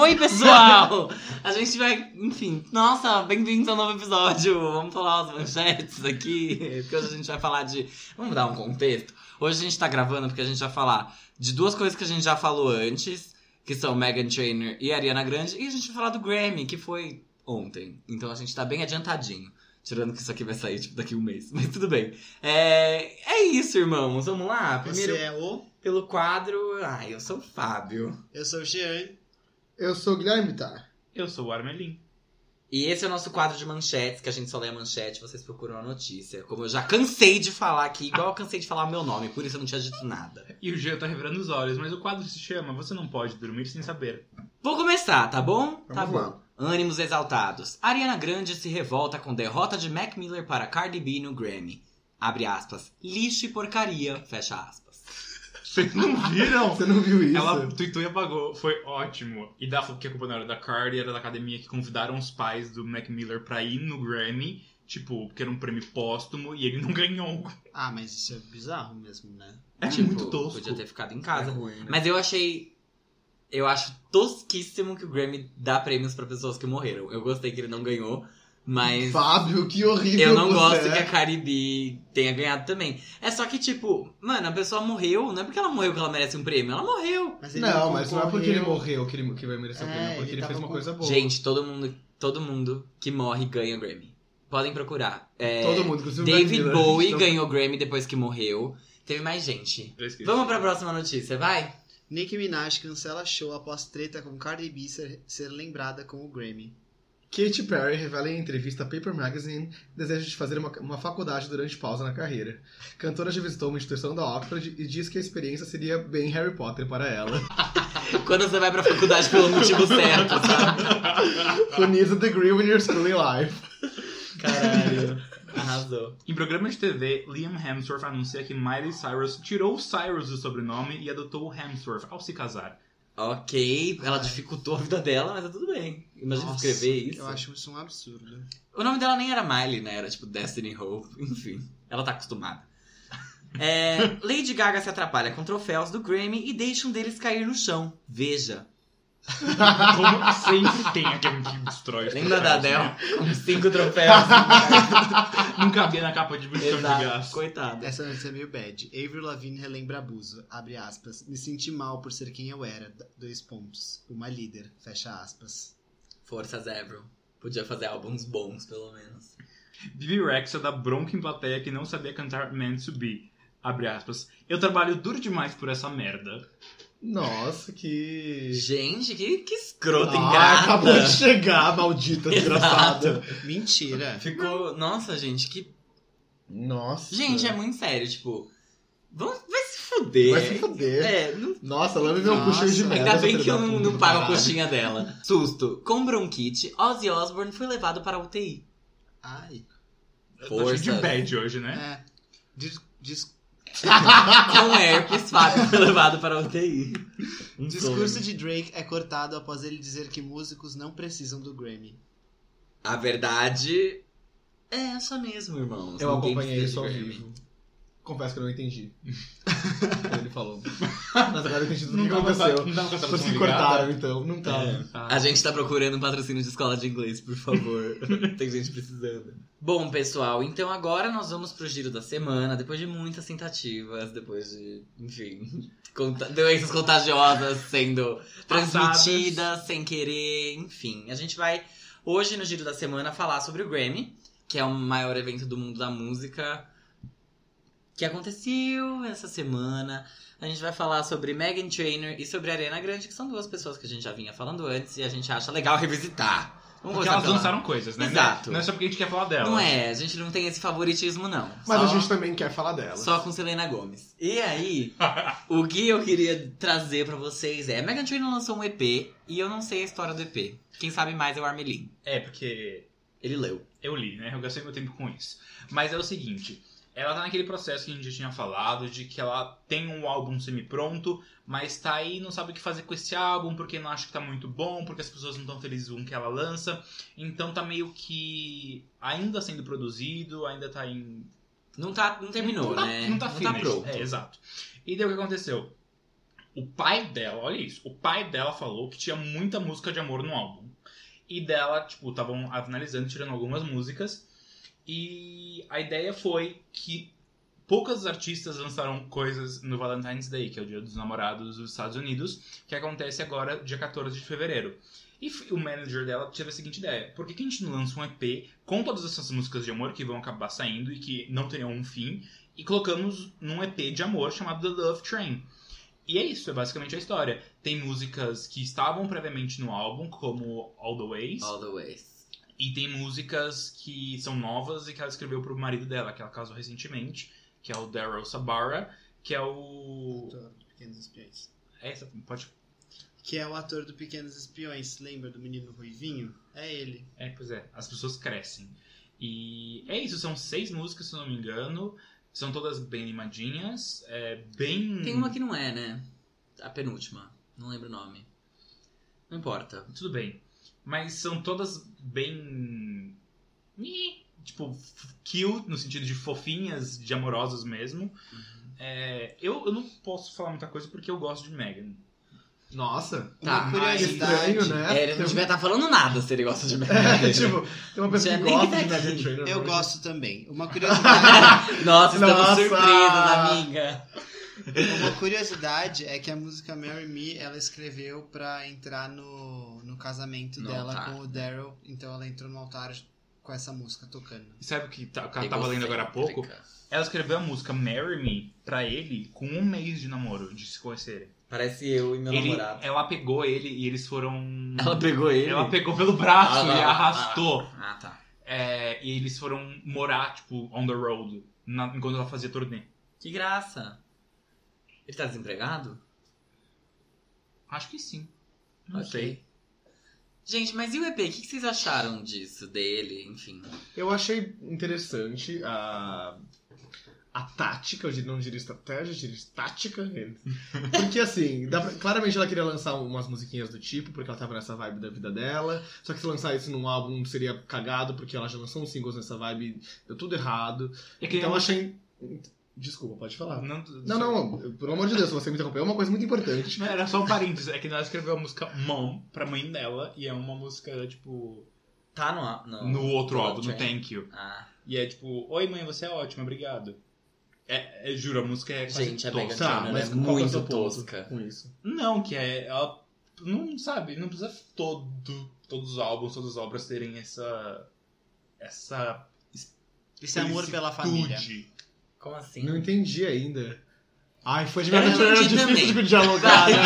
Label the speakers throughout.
Speaker 1: Oi, pessoal! A gente vai, enfim, nossa, bem-vindos ao novo episódio. Vamos falar as manchetes aqui, porque hoje a gente vai falar de. Vamos dar um contexto. Hoje a gente tá gravando porque a gente vai falar de duas coisas que a gente já falou antes, que são Megan Trainor e Ariana Grande, e a gente vai falar do Grammy, que foi ontem. Então a gente tá bem adiantadinho. Tirando que isso aqui vai sair, tipo, daqui um mês. Mas tudo bem. É, é isso, irmãos. Vamos lá. Primeiro,
Speaker 2: Você é o.
Speaker 1: pelo quadro. Ai, eu sou o Fábio.
Speaker 2: Eu sou o Jean.
Speaker 3: Eu sou o Guilherme Bittar.
Speaker 4: Eu sou o Armelin.
Speaker 1: E esse é o nosso quadro de manchetes, que a gente só lê a manchete, vocês procuram a notícia. Como eu já cansei de falar aqui, igual eu cansei de falar o meu nome, por isso eu não tinha dito nada.
Speaker 4: E o Jean tá revirando os olhos, mas o quadro se chama Você Não Pode Dormir Sem Saber.
Speaker 1: Vou começar, tá bom? tá
Speaker 3: Vamos lá.
Speaker 1: bom. Ânimos exaltados. Ariana Grande se revolta com derrota de Mac Miller para Cardi B no Grammy. Abre aspas. Lixo e porcaria. Fecha aspas.
Speaker 4: Vocês não viram?
Speaker 3: Você não viu isso?
Speaker 4: Ela tweetou e apagou. Foi ótimo. E da que a culpa não era da Cardi, era da academia que convidaram os pais do Mac Miller pra ir no Grammy. Tipo, porque era um prêmio póstumo e ele não ganhou.
Speaker 2: Ah, mas isso é bizarro mesmo, né?
Speaker 4: É
Speaker 1: Tipo,
Speaker 4: muito tosco.
Speaker 1: Podia ter ficado em
Speaker 3: É
Speaker 1: casa.
Speaker 3: ruim, né?
Speaker 1: Mas eu achei. Eu acho tosquíssimo que o Grammy dá prêmios pra pessoas que morreram. Eu gostei que ele não ganhou, mas.
Speaker 3: Fábio, que horrível
Speaker 1: Eu não
Speaker 3: você
Speaker 1: gosto
Speaker 3: é.
Speaker 1: que a Caribe tenha ganhado também. É só que, tipo, mano, a pessoa morreu. Não é porque ela morreu que ela merece um prêmio, ela morreu.
Speaker 2: Mas
Speaker 3: Não, mas não é porque ele
Speaker 2: concorreu.
Speaker 3: morreu que, ele, que vai merecer o
Speaker 2: É,
Speaker 3: prêmio, é porque
Speaker 2: ele
Speaker 3: ele, fez
Speaker 2: tava
Speaker 3: uma
Speaker 2: com-
Speaker 3: coisa boa.
Speaker 1: Gente, todo mundo, todo mundo que morre ganha Grammy. Podem procurar. É,
Speaker 3: Todo mundo, inclusive o
Speaker 1: David
Speaker 3: Mac Miller,
Speaker 1: Bowie
Speaker 3: então-
Speaker 1: ganhou Grammy depois que morreu. Teve mais gente.
Speaker 4: Eu esqueci.
Speaker 1: Vamos pra próxima notícia, vai?
Speaker 2: Nicki Minaj cancela show após treta com Cardi B ser, ser lembrada com o Grammy.
Speaker 3: Katy Perry revela em entrevista à Paper Magazine desejo de fazer uma, uma faculdade durante pausa na carreira. Cantora já visitou uma instituição da Oxford e diz que a experiência seria bem Harry Potter para ela.
Speaker 1: Quando você vai pra faculdade pelo motivo certo, tá? sabe?
Speaker 3: You need a degree when you're still alive.
Speaker 1: Caralho. Arrasou.
Speaker 4: Em programa de TV, Liam Hemsworth anuncia que Miley Cyrus tirou Cyrus do sobrenome e adotou Hemsworth ao se casar.
Speaker 1: Ok, ela dificultou a vida dela, mas tá tudo bem. Imagina
Speaker 2: Nossa,
Speaker 1: escrever isso.
Speaker 2: Eu acho isso um absurdo.
Speaker 1: O nome dela nem era Miley, né? Era tipo Destiny Hope. Enfim, ela tá acostumada. É, Lady Gaga se atrapalha com troféus do Grammy e deixa um deles cair no chão. Veja.
Speaker 4: Como sempre tem aquele que destrói os
Speaker 1: Lembra da
Speaker 4: troféus, né?
Speaker 1: Adele? Com cinco troféus.
Speaker 4: Não cabia na capa de botão de
Speaker 1: Exato.
Speaker 4: gás.
Speaker 1: Coitada.
Speaker 2: Essa notícia é meio bad. Avril Lavigne relembra abuso. Abre aspas. Me senti mal por ser quem eu era. D- Dois pontos. Uma líder. Fecha aspas.
Speaker 1: Forças Avril. Podia fazer álbuns bons, pelo menos.
Speaker 4: Vivi Rexa dá bronca em plateia que não sabia cantar Meant to Be. Abre aspas. Eu trabalho duro demais por essa merda.
Speaker 3: Nossa, que.
Speaker 1: Gente, que, que escrota
Speaker 3: Ah, acabou de
Speaker 1: ingrata.
Speaker 3: chegar, maldita desgraçada.
Speaker 2: Mentira.
Speaker 1: Ficou... Nossa, gente, que...
Speaker 3: Nossa.
Speaker 1: Gente, é muito sério, tipo... Vamos... Vai se fuder.
Speaker 3: Vai se fuder.
Speaker 1: É, não
Speaker 3: Nossa, ela me deu um
Speaker 2: Nossa.
Speaker 3: puxão de merda.
Speaker 1: Ainda bem
Speaker 3: filha
Speaker 1: que eu
Speaker 3: da
Speaker 1: não,
Speaker 3: puta
Speaker 1: não
Speaker 3: do
Speaker 1: pago a
Speaker 3: caralho.
Speaker 1: coxinha dela. Susto. Com bronquite, Ozzy Osbourne foi levado para a UTI.
Speaker 2: Ai.
Speaker 3: É
Speaker 4: Tá cheio de
Speaker 1: Força.
Speaker 4: bad hoje, né?
Speaker 2: É. Des- des-
Speaker 1: Com herpes, Fábio foi levado para a UTI. Um
Speaker 2: discurso
Speaker 1: sonho.
Speaker 2: de Drake é cortado após ele dizer que músicos não precisam do Grammy.
Speaker 1: A verdade é essa mesmo, irmão.
Speaker 3: Eu
Speaker 1: Ninguém
Speaker 3: acompanhei
Speaker 1: precisa
Speaker 3: isso ao
Speaker 1: de verme.
Speaker 3: vivo. Confesso que eu não entendi. Ele falou. Mas agora eu entendi tudo o que
Speaker 4: tava-
Speaker 3: aconteceu.
Speaker 4: Não tava com a tradução
Speaker 3: Vocês
Speaker 4: ligada?
Speaker 3: cortaram, então. Não tava.
Speaker 1: É.
Speaker 4: Ah.
Speaker 1: A gente tá procurando um patrocínio de escola de inglês, por favor. Tem gente precisando. Bom, pessoal, então agora nós vamos pro giro da semana, depois de muitas tentativas, depois de, enfim, conta- doenças contagiosas sendo transmitidas sem querer, enfim. A gente vai hoje no giro da semana falar sobre o Grammy, que é o maior evento do mundo da música que aconteceu essa semana. A gente vai falar sobre Megan Trainor e sobre Ariana Grande, que são duas pessoas que a gente já vinha falando antes e a gente acha legal revisitar. Vamos
Speaker 4: Porque
Speaker 1: começar
Speaker 4: elas
Speaker 1: pela-
Speaker 4: lançaram coisas, né?
Speaker 1: Exato.
Speaker 4: Não é só porque a gente quer falar dela.
Speaker 1: Não é, a gente não tem esse favoritismo, não.
Speaker 3: Mas
Speaker 1: só,
Speaker 3: a gente também quer falar dela.
Speaker 1: só com Selena Gomes. E aí, o que eu queria trazer pra vocês é: Megan Trainor lançou um EP e eu não sei a história do EP. Quem sabe mais é o Armelin.
Speaker 4: É, porque
Speaker 1: Ele leu.
Speaker 4: Eu li, né? Eu gastei meu tempo com isso. Mas é o seguinte, ela tá naquele processo que a gente já tinha falado, de que ela tem um álbum semi-pronto, mas tá aí e não sabe o que fazer com esse álbum, porque não acha que tá muito bom, porque as pessoas não estão felizes com o que ela lança. Então tá meio que ainda sendo produzido, ainda tá em.
Speaker 1: Não, tá, não terminou,
Speaker 4: não tá,
Speaker 1: né?
Speaker 4: Não tá,
Speaker 1: não tá
Speaker 4: finished.
Speaker 1: pronto.
Speaker 4: É, exato. E daí o que aconteceu? O pai dela, olha isso, o pai dela falou que tinha muita música de amor no álbum. E dela, tipo, estavam analisando, tirando algumas músicas. E a ideia foi que poucas artistas lançaram coisas no Valentine's Day, que é o Dia dos Namorados dos Estados Unidos, que acontece agora, dia 14 de fevereiro. E f- o manager dela teve a seguinte ideia: por que, que a gente não lança um EP com todas essas músicas de amor que vão acabar saindo e que não teriam um fim, e colocamos num EP de amor chamado The Love Train? E é isso, é basicamente a história. Tem músicas que estavam previamente no álbum, como All the Ways,
Speaker 1: All the ways.
Speaker 4: e tem músicas que são novas e que ela escreveu pro marido dela, que ela casou recentemente, que é o Daryl Sabara, que é o.
Speaker 2: Ator do Pequenos Espiões.
Speaker 4: É, essa- pode.
Speaker 2: Que é o ator do Pequenos Espiões. Lembra do menino Ruivinho? É ele.
Speaker 4: É, pois é, as pessoas crescem. E é isso, são seis músicas, se eu não me engano. São todas bem animadinhas, é bem.
Speaker 1: Tem uma que não é, né? A penúltima. Não lembro o nome. Não importa.
Speaker 4: Tudo bem. Mas são todas bem. Ih, Tipo, f- cute, no sentido de fofinhas, de amorosas mesmo.
Speaker 1: Uhum.
Speaker 4: É, eu, eu não posso falar muita coisa porque eu gosto de Megan.
Speaker 3: Nossa.
Speaker 2: Uma
Speaker 1: Tá,
Speaker 3: que
Speaker 2: curiosidade.
Speaker 3: Estranho, né?
Speaker 1: É, ele não
Speaker 3: Tem-
Speaker 1: devia estar falando nada se ele gosta de Megan
Speaker 3: É,
Speaker 1: Trainor.
Speaker 3: tipo, tem uma pessoa
Speaker 1: Já
Speaker 3: que
Speaker 1: nem
Speaker 3: gosta
Speaker 1: tá
Speaker 3: de Megan
Speaker 1: aqui.
Speaker 3: Trainor.
Speaker 2: Eu
Speaker 3: mas-
Speaker 2: gosto também. Uma curiosidade,
Speaker 1: Nossa, estamos
Speaker 3: Nossa!
Speaker 1: surpresas, amiga.
Speaker 2: uma curiosidade é que a música Marry Me ela escreveu pra entrar no, no casamento
Speaker 1: No
Speaker 2: dela
Speaker 1: altar.
Speaker 2: com o Daryl. Então ela entrou no altar com essa música tocando.
Speaker 4: E sabe o que tá, o cara tava lendo agora há pouco?
Speaker 1: Egocêntrica.
Speaker 4: Ela escreveu a música Marry Me pra ele com um mês de namoro, de se conhecerem.
Speaker 1: Parece eu e meu
Speaker 4: Ele-
Speaker 1: namorado.
Speaker 4: ela pegou ele e eles foram.
Speaker 1: Ela pegou ele?
Speaker 4: Ela pegou pelo braço
Speaker 1: Ah,
Speaker 4: e
Speaker 1: ah,
Speaker 4: arrastou.
Speaker 1: Ah, tá.
Speaker 4: É, e eles foram morar, tipo, on the road, na- enquanto ela fazia turnê.
Speaker 1: Que graça. Ele tá desempregado?
Speaker 4: Acho que sim. Não
Speaker 1: Ok.
Speaker 4: sei.
Speaker 1: Gente, mas e o EP? O que que vocês acharam disso, dele, enfim?
Speaker 3: Eu achei interessante a, a tática, eu não diria estratégia, eu diria tática. né? Porque assim, dá pra- claramente ela queria lançar umas musiquinhas do tipo, porque ela tava nessa vibe da vida dela. Só que se lançar isso num álbum seria cagado, porque ela já lançou uns singles nessa vibe, deu tudo errado.
Speaker 2: É
Speaker 4: E aquele-
Speaker 3: Então eu achei. Desculpa, pode falar.
Speaker 4: É Não,
Speaker 3: Não, não, pelo amor de Deus, você me interrompeu, é uma coisa muito importante.
Speaker 4: Não, Era só um parênteses. É que ela escreveu a música Mom pra mãe dela e é uma música, tipo,
Speaker 1: Tá no... a- No,
Speaker 4: no outro
Speaker 1: no
Speaker 4: álbum, no
Speaker 1: Train.
Speaker 4: Thank You.
Speaker 1: Ah,
Speaker 4: E é tipo, oi mãe, você é ótima, obrigado. É, é, juro, a música é quase
Speaker 1: gente, a
Speaker 4: tosca.
Speaker 1: Megan
Speaker 3: Tá,
Speaker 1: Trainor
Speaker 3: mas
Speaker 1: é
Speaker 3: qual que é o
Speaker 1: muito
Speaker 3: seu ponto?
Speaker 1: tosca.
Speaker 3: Com isso.
Speaker 4: Não, que é. Ela não sabe, não precisa todo, todos os álbuns, todas as obras terem essa. essa.
Speaker 2: Esse é amor pela família.
Speaker 4: plenitude.
Speaker 1: Como assim?
Speaker 3: Não entendi ainda. Ai, foi de
Speaker 1: Eu não
Speaker 3: verdade, era
Speaker 1: entendi
Speaker 3: difícil
Speaker 1: também.
Speaker 3: de dialogar, né?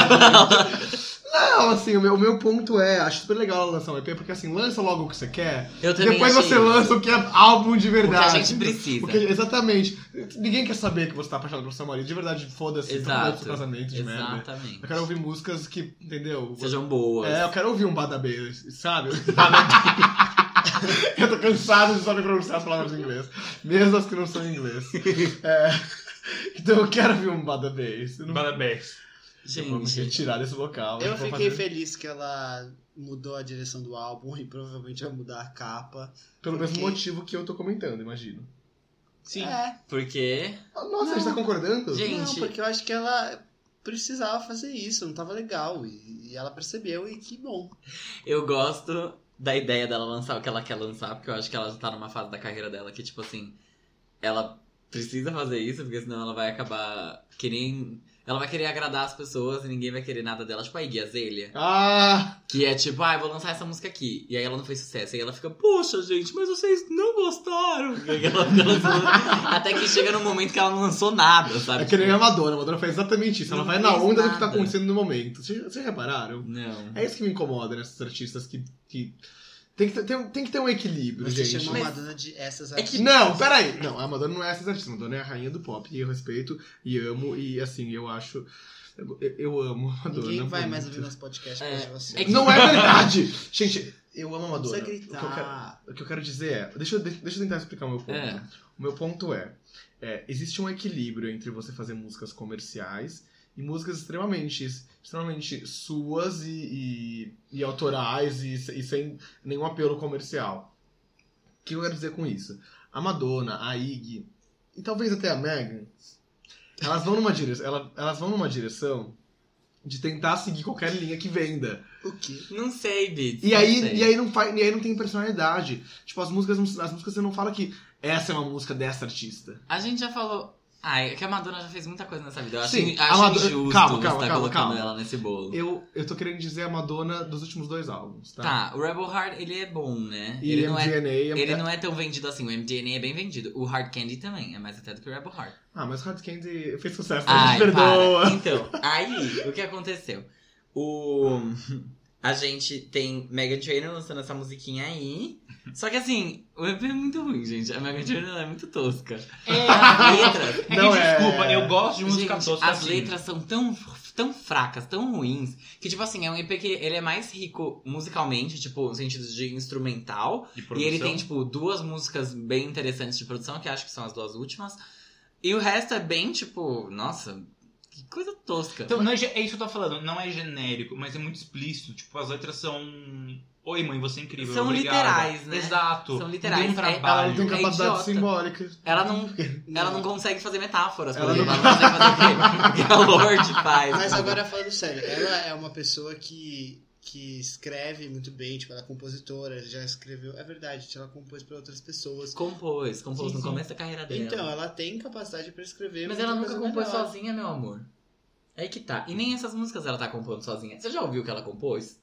Speaker 3: Não, assim, o meu, o meu ponto é, acho super legal ela lançar um EP, porque assim, lança logo o que você quer,
Speaker 1: Eu também
Speaker 3: depois
Speaker 1: achei
Speaker 3: você
Speaker 1: isso.
Speaker 3: lança o que é álbum de
Speaker 1: O que a
Speaker 3: verdade.
Speaker 1: gente precisa.
Speaker 3: O que- exatamente. Ninguém quer saber que você tá apaixonado pelo seu marido. De verdade, foda-se, tá com medo do
Speaker 1: Exato.
Speaker 3: seu casamento de merda.
Speaker 1: Exatamente.
Speaker 3: Eu quero ouvir músicas que, entendeu?
Speaker 1: Sejam boas.
Speaker 3: É, eu quero ouvir um badabê, sabe? eu tô cansado de só me pronunciar as palavras em inglês. Mesmo as que não são em inglês. É, então eu quero ouvir um badabê. Eu não
Speaker 4: Parabéns.
Speaker 3: vou me
Speaker 1: Gente,
Speaker 3: retirar desse vocal.
Speaker 2: Eu
Speaker 3: vou
Speaker 2: fiquei
Speaker 3: fazer-
Speaker 2: feliz que ela mudou a direção do álbum e provavelmente vai mudar a capa.
Speaker 3: Pelo mesmo
Speaker 2: porque-
Speaker 3: motivo que eu tô comentando, imagino.
Speaker 4: Sim.
Speaker 2: É,
Speaker 1: porque...
Speaker 3: Ah, Nossa, a gente tá concordando?
Speaker 1: Gente.
Speaker 2: não, porque eu acho que ela precisava fazer isso, não tava legal. E, e ela percebeu e que bom.
Speaker 1: Eu gosto da ideia dela lançar o que ela quer lançar, porque eu acho que ela já tá numa fase da carreira dela que, tipo assim, ela precisa fazer isso, porque senão ela vai acabar querendo. Ela vai querer agradar as pessoas e ninguém vai querer nada dela. Tipo a Iggy Azalea,
Speaker 3: Ah,
Speaker 1: que é tipo, ah, eu vou lançar essa música aqui. E aí ela não fez sucesso. E aí ela fica, poxa, gente, mas vocês não gostaram. E aí ela fica lançando- Até que chega num momento que ela não lançou nada, sabe? Tipo,
Speaker 3: é que nem a Madonna. A Madonna faz exatamente isso. Ela
Speaker 1: Não
Speaker 3: vai na
Speaker 1: fez
Speaker 3: onda do que tá
Speaker 1: nada.
Speaker 3: acontecendo no momento. Vocês vocês repararam?
Speaker 1: Não.
Speaker 3: É isso que me incomoda nessas artistas que. que... Tem, que ter, tem, tem que ter um equilíbrio,
Speaker 2: Você
Speaker 3: gente.
Speaker 2: chamou a
Speaker 1: mas-
Speaker 2: Madonna de essas
Speaker 1: É que-
Speaker 3: Não, peraí. Não, a Madonna não é essas artistas. A Madonna é a rainha do pop. E eu respeito e amo. E assim, eu acho. Eu, eu amo a Madonna.
Speaker 2: Ninguém vai
Speaker 3: muito.
Speaker 2: mais ouvir nosso podcast por
Speaker 1: É,
Speaker 2: causa de você.
Speaker 1: é que-
Speaker 3: Não é verdade! Gente, eu amo a
Speaker 2: Não
Speaker 3: Madonna.
Speaker 2: precisa
Speaker 3: O que eu quero,
Speaker 2: gritar.
Speaker 3: o que eu quero dizer é. Deixa eu, deixa eu tentar explicar o meu ponto.
Speaker 1: É.
Speaker 3: O meu ponto é, é, existe um equilíbrio entre você fazer músicas comerciais e músicas extremamente, extremamente suas e, e- e autorais e, se- e sem nenhum apelo comercial. O que eu quero dizer com isso? A Madonna, a Iggy e talvez até a Megan, elas vão numa direção, elas, vão numa direção de tentar seguir qualquer linha que venda.
Speaker 2: O quê?
Speaker 1: Não sei, Beats.
Speaker 3: E
Speaker 1: não
Speaker 3: aí,
Speaker 1: sei.
Speaker 3: e aí, não faz, e aí não tem personalidade. Tipo, as músicas, não- as músicas você não fala que essa é uma música dessa artista.
Speaker 1: A gente já falou. Ai, é que a Madonna já fez muita coisa nessa vida. Eu acho,
Speaker 3: Sim,
Speaker 1: in-
Speaker 3: a
Speaker 1: acho
Speaker 3: Madonna-
Speaker 1: injusto
Speaker 3: calma,
Speaker 1: você
Speaker 3: calma,
Speaker 1: tá
Speaker 3: calma,
Speaker 1: colocando
Speaker 3: calma.
Speaker 1: ela nesse bolo.
Speaker 3: Eu, eu tô querendo dizer a Madonna dos últimos dois álbuns, tá?
Speaker 1: Tá, o Rebel Heart, ele é bom, né?
Speaker 3: E
Speaker 1: ele,
Speaker 3: MDNA
Speaker 1: não é,
Speaker 3: é...
Speaker 1: ele não é tão vendido assim. O MDNA é bem vendido. O Hard Candy também, é mais até do que o Rebel Heart.
Speaker 3: Ah, mas Hard Candy fez sucesso, a
Speaker 1: Ai,
Speaker 3: gente perdoa.
Speaker 1: para. Então, aí, o que aconteceu? O... A gente tem Megan Trainor lançando essa musiquinha aí. Só que assim, o EP é muito ruim, gente. A Megan Trainor ela é muito tosca. As letras
Speaker 4: É que,
Speaker 3: Não, é-
Speaker 4: desculpa, eu gosto de música
Speaker 1: Gente,
Speaker 4: tosca
Speaker 1: as
Speaker 4: assim.
Speaker 1: letras são tão, tão fracas, tão ruins, que, tipo assim, é um EP que ele é mais rico musicalmente, tipo, no sentido de instrumental.
Speaker 4: de
Speaker 1: E ele tem,
Speaker 4: produção.
Speaker 1: tipo, duas músicas bem interessantes de produção, que acho que são as duas últimas. E o resto é bem, tipo, nossa, que coisa tosca.
Speaker 4: Então, não é, ge- é isso que eu tô falando, não é genérico, mas é muito explícito. Tipo, as letras são. Oi, mãe, você é incrível.
Speaker 1: São
Speaker 4: obrigada."
Speaker 1: literais, né?
Speaker 4: Exato.
Speaker 1: São literais.
Speaker 4: Tem um
Speaker 1: É-
Speaker 3: Ela
Speaker 4: trabalho.
Speaker 3: não tem
Speaker 1: É
Speaker 3: capacidade
Speaker 1: idiota.
Speaker 3: simbólica.
Speaker 1: Ela não, ela não consegue fazer metáforas, por
Speaker 3: Ela
Speaker 1: exemplo.
Speaker 3: não-
Speaker 1: Ela não consegue fazer o quê? O que a Lorde faz.
Speaker 2: Mas
Speaker 1: sabe?
Speaker 2: agora falando sério, ela é uma pessoa que, que escreve muito bem, tipo, ela é compositora, já escreveu. É verdade, ela compôs pra outras pessoas.
Speaker 1: Compôs, compôs
Speaker 4: Sim,
Speaker 1: no
Speaker 4: sim.
Speaker 1: começo da carreira dela.
Speaker 2: Então, ela tem capacidade pra escrever.
Speaker 1: Mas
Speaker 2: muita
Speaker 1: ela nunca
Speaker 2: coisa
Speaker 1: compôs
Speaker 2: melhor.
Speaker 1: sozinha, meu amor. Aí que tá. E nem essas músicas ela tá compondo sozinha. Você já ouviu o que ela compôs?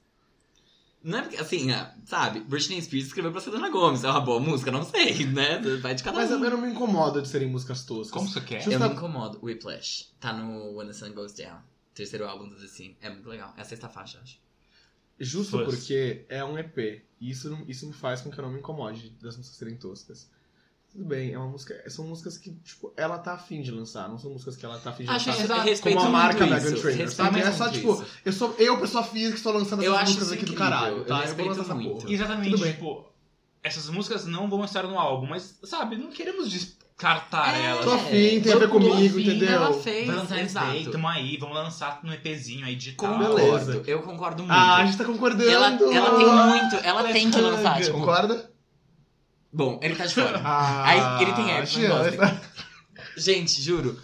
Speaker 1: Não é porque, assim, ah, sabe? Britney Spears escreveu pra Selena Gomes. É uma boa música? Não sei, né? Vai de cada
Speaker 3: Mas é eu
Speaker 1: um.
Speaker 3: não me incomoda de serem músicas toscas.
Speaker 4: Como você quer?
Speaker 3: Justo-
Speaker 1: Eu
Speaker 3: Tá-
Speaker 1: me incomodo. Whiplash. Tá no When the Sun Goes Down. Terceiro álbum do The Scene. É muito legal. É a sexta faixa, acho.
Speaker 3: Justo
Speaker 4: Pois.
Speaker 3: porque é um EP. E isso, não- isso me faz com que eu não me incomode das músicas serem toscas. Tudo bem, é uma música. São músicas que, tipo, ela tá afim de lançar, não são músicas que ela tá afim de
Speaker 1: Acho
Speaker 3: lançar.
Speaker 1: exato. Respeito
Speaker 3: como a
Speaker 1: muito
Speaker 3: marca
Speaker 1: isso.
Speaker 3: Meghan Trainor,
Speaker 1: Respeito
Speaker 3: sabe? É
Speaker 1: muito
Speaker 3: só, tipo,
Speaker 1: isso.
Speaker 3: Eu sou eu, pessoa física, estou lançando
Speaker 1: Eu
Speaker 3: essas
Speaker 1: acho
Speaker 3: músicas
Speaker 1: isso
Speaker 3: aqui do
Speaker 1: incrível,
Speaker 3: caralho,
Speaker 1: eu
Speaker 3: tá? Eu vou
Speaker 1: respeito
Speaker 3: lançar essa
Speaker 1: muito.
Speaker 3: porra.
Speaker 4: Exatamente,
Speaker 3: Tudo bem.
Speaker 4: tipo, essas músicas não vão estar no álbum, mas, sabe, não queremos descartar
Speaker 1: É.
Speaker 4: elas.
Speaker 3: "Ah, Tô afim, tem a
Speaker 4: Tô
Speaker 3: ver comigo,
Speaker 1: afim,
Speaker 3: entendeu?
Speaker 1: Ela fez,
Speaker 4: Valentine's Day,
Speaker 1: exato.
Speaker 4: tamo aí, vamos lançar no EPzinho aí digital.
Speaker 1: Concordo.
Speaker 3: Ah, Beleza.
Speaker 1: Eu concordo muito.
Speaker 3: Ah, a gente tá concordando.
Speaker 1: ela, ela tem muito, ela
Speaker 3: Let's
Speaker 1: tem que lançar.
Speaker 3: hug.
Speaker 1: Tipo,
Speaker 3: Concorda?
Speaker 1: bom, ele tá de fora.
Speaker 3: Ah,
Speaker 1: Aí ele tem Eric Van
Speaker 3: Jean,
Speaker 1: Gosling. Gente, juro.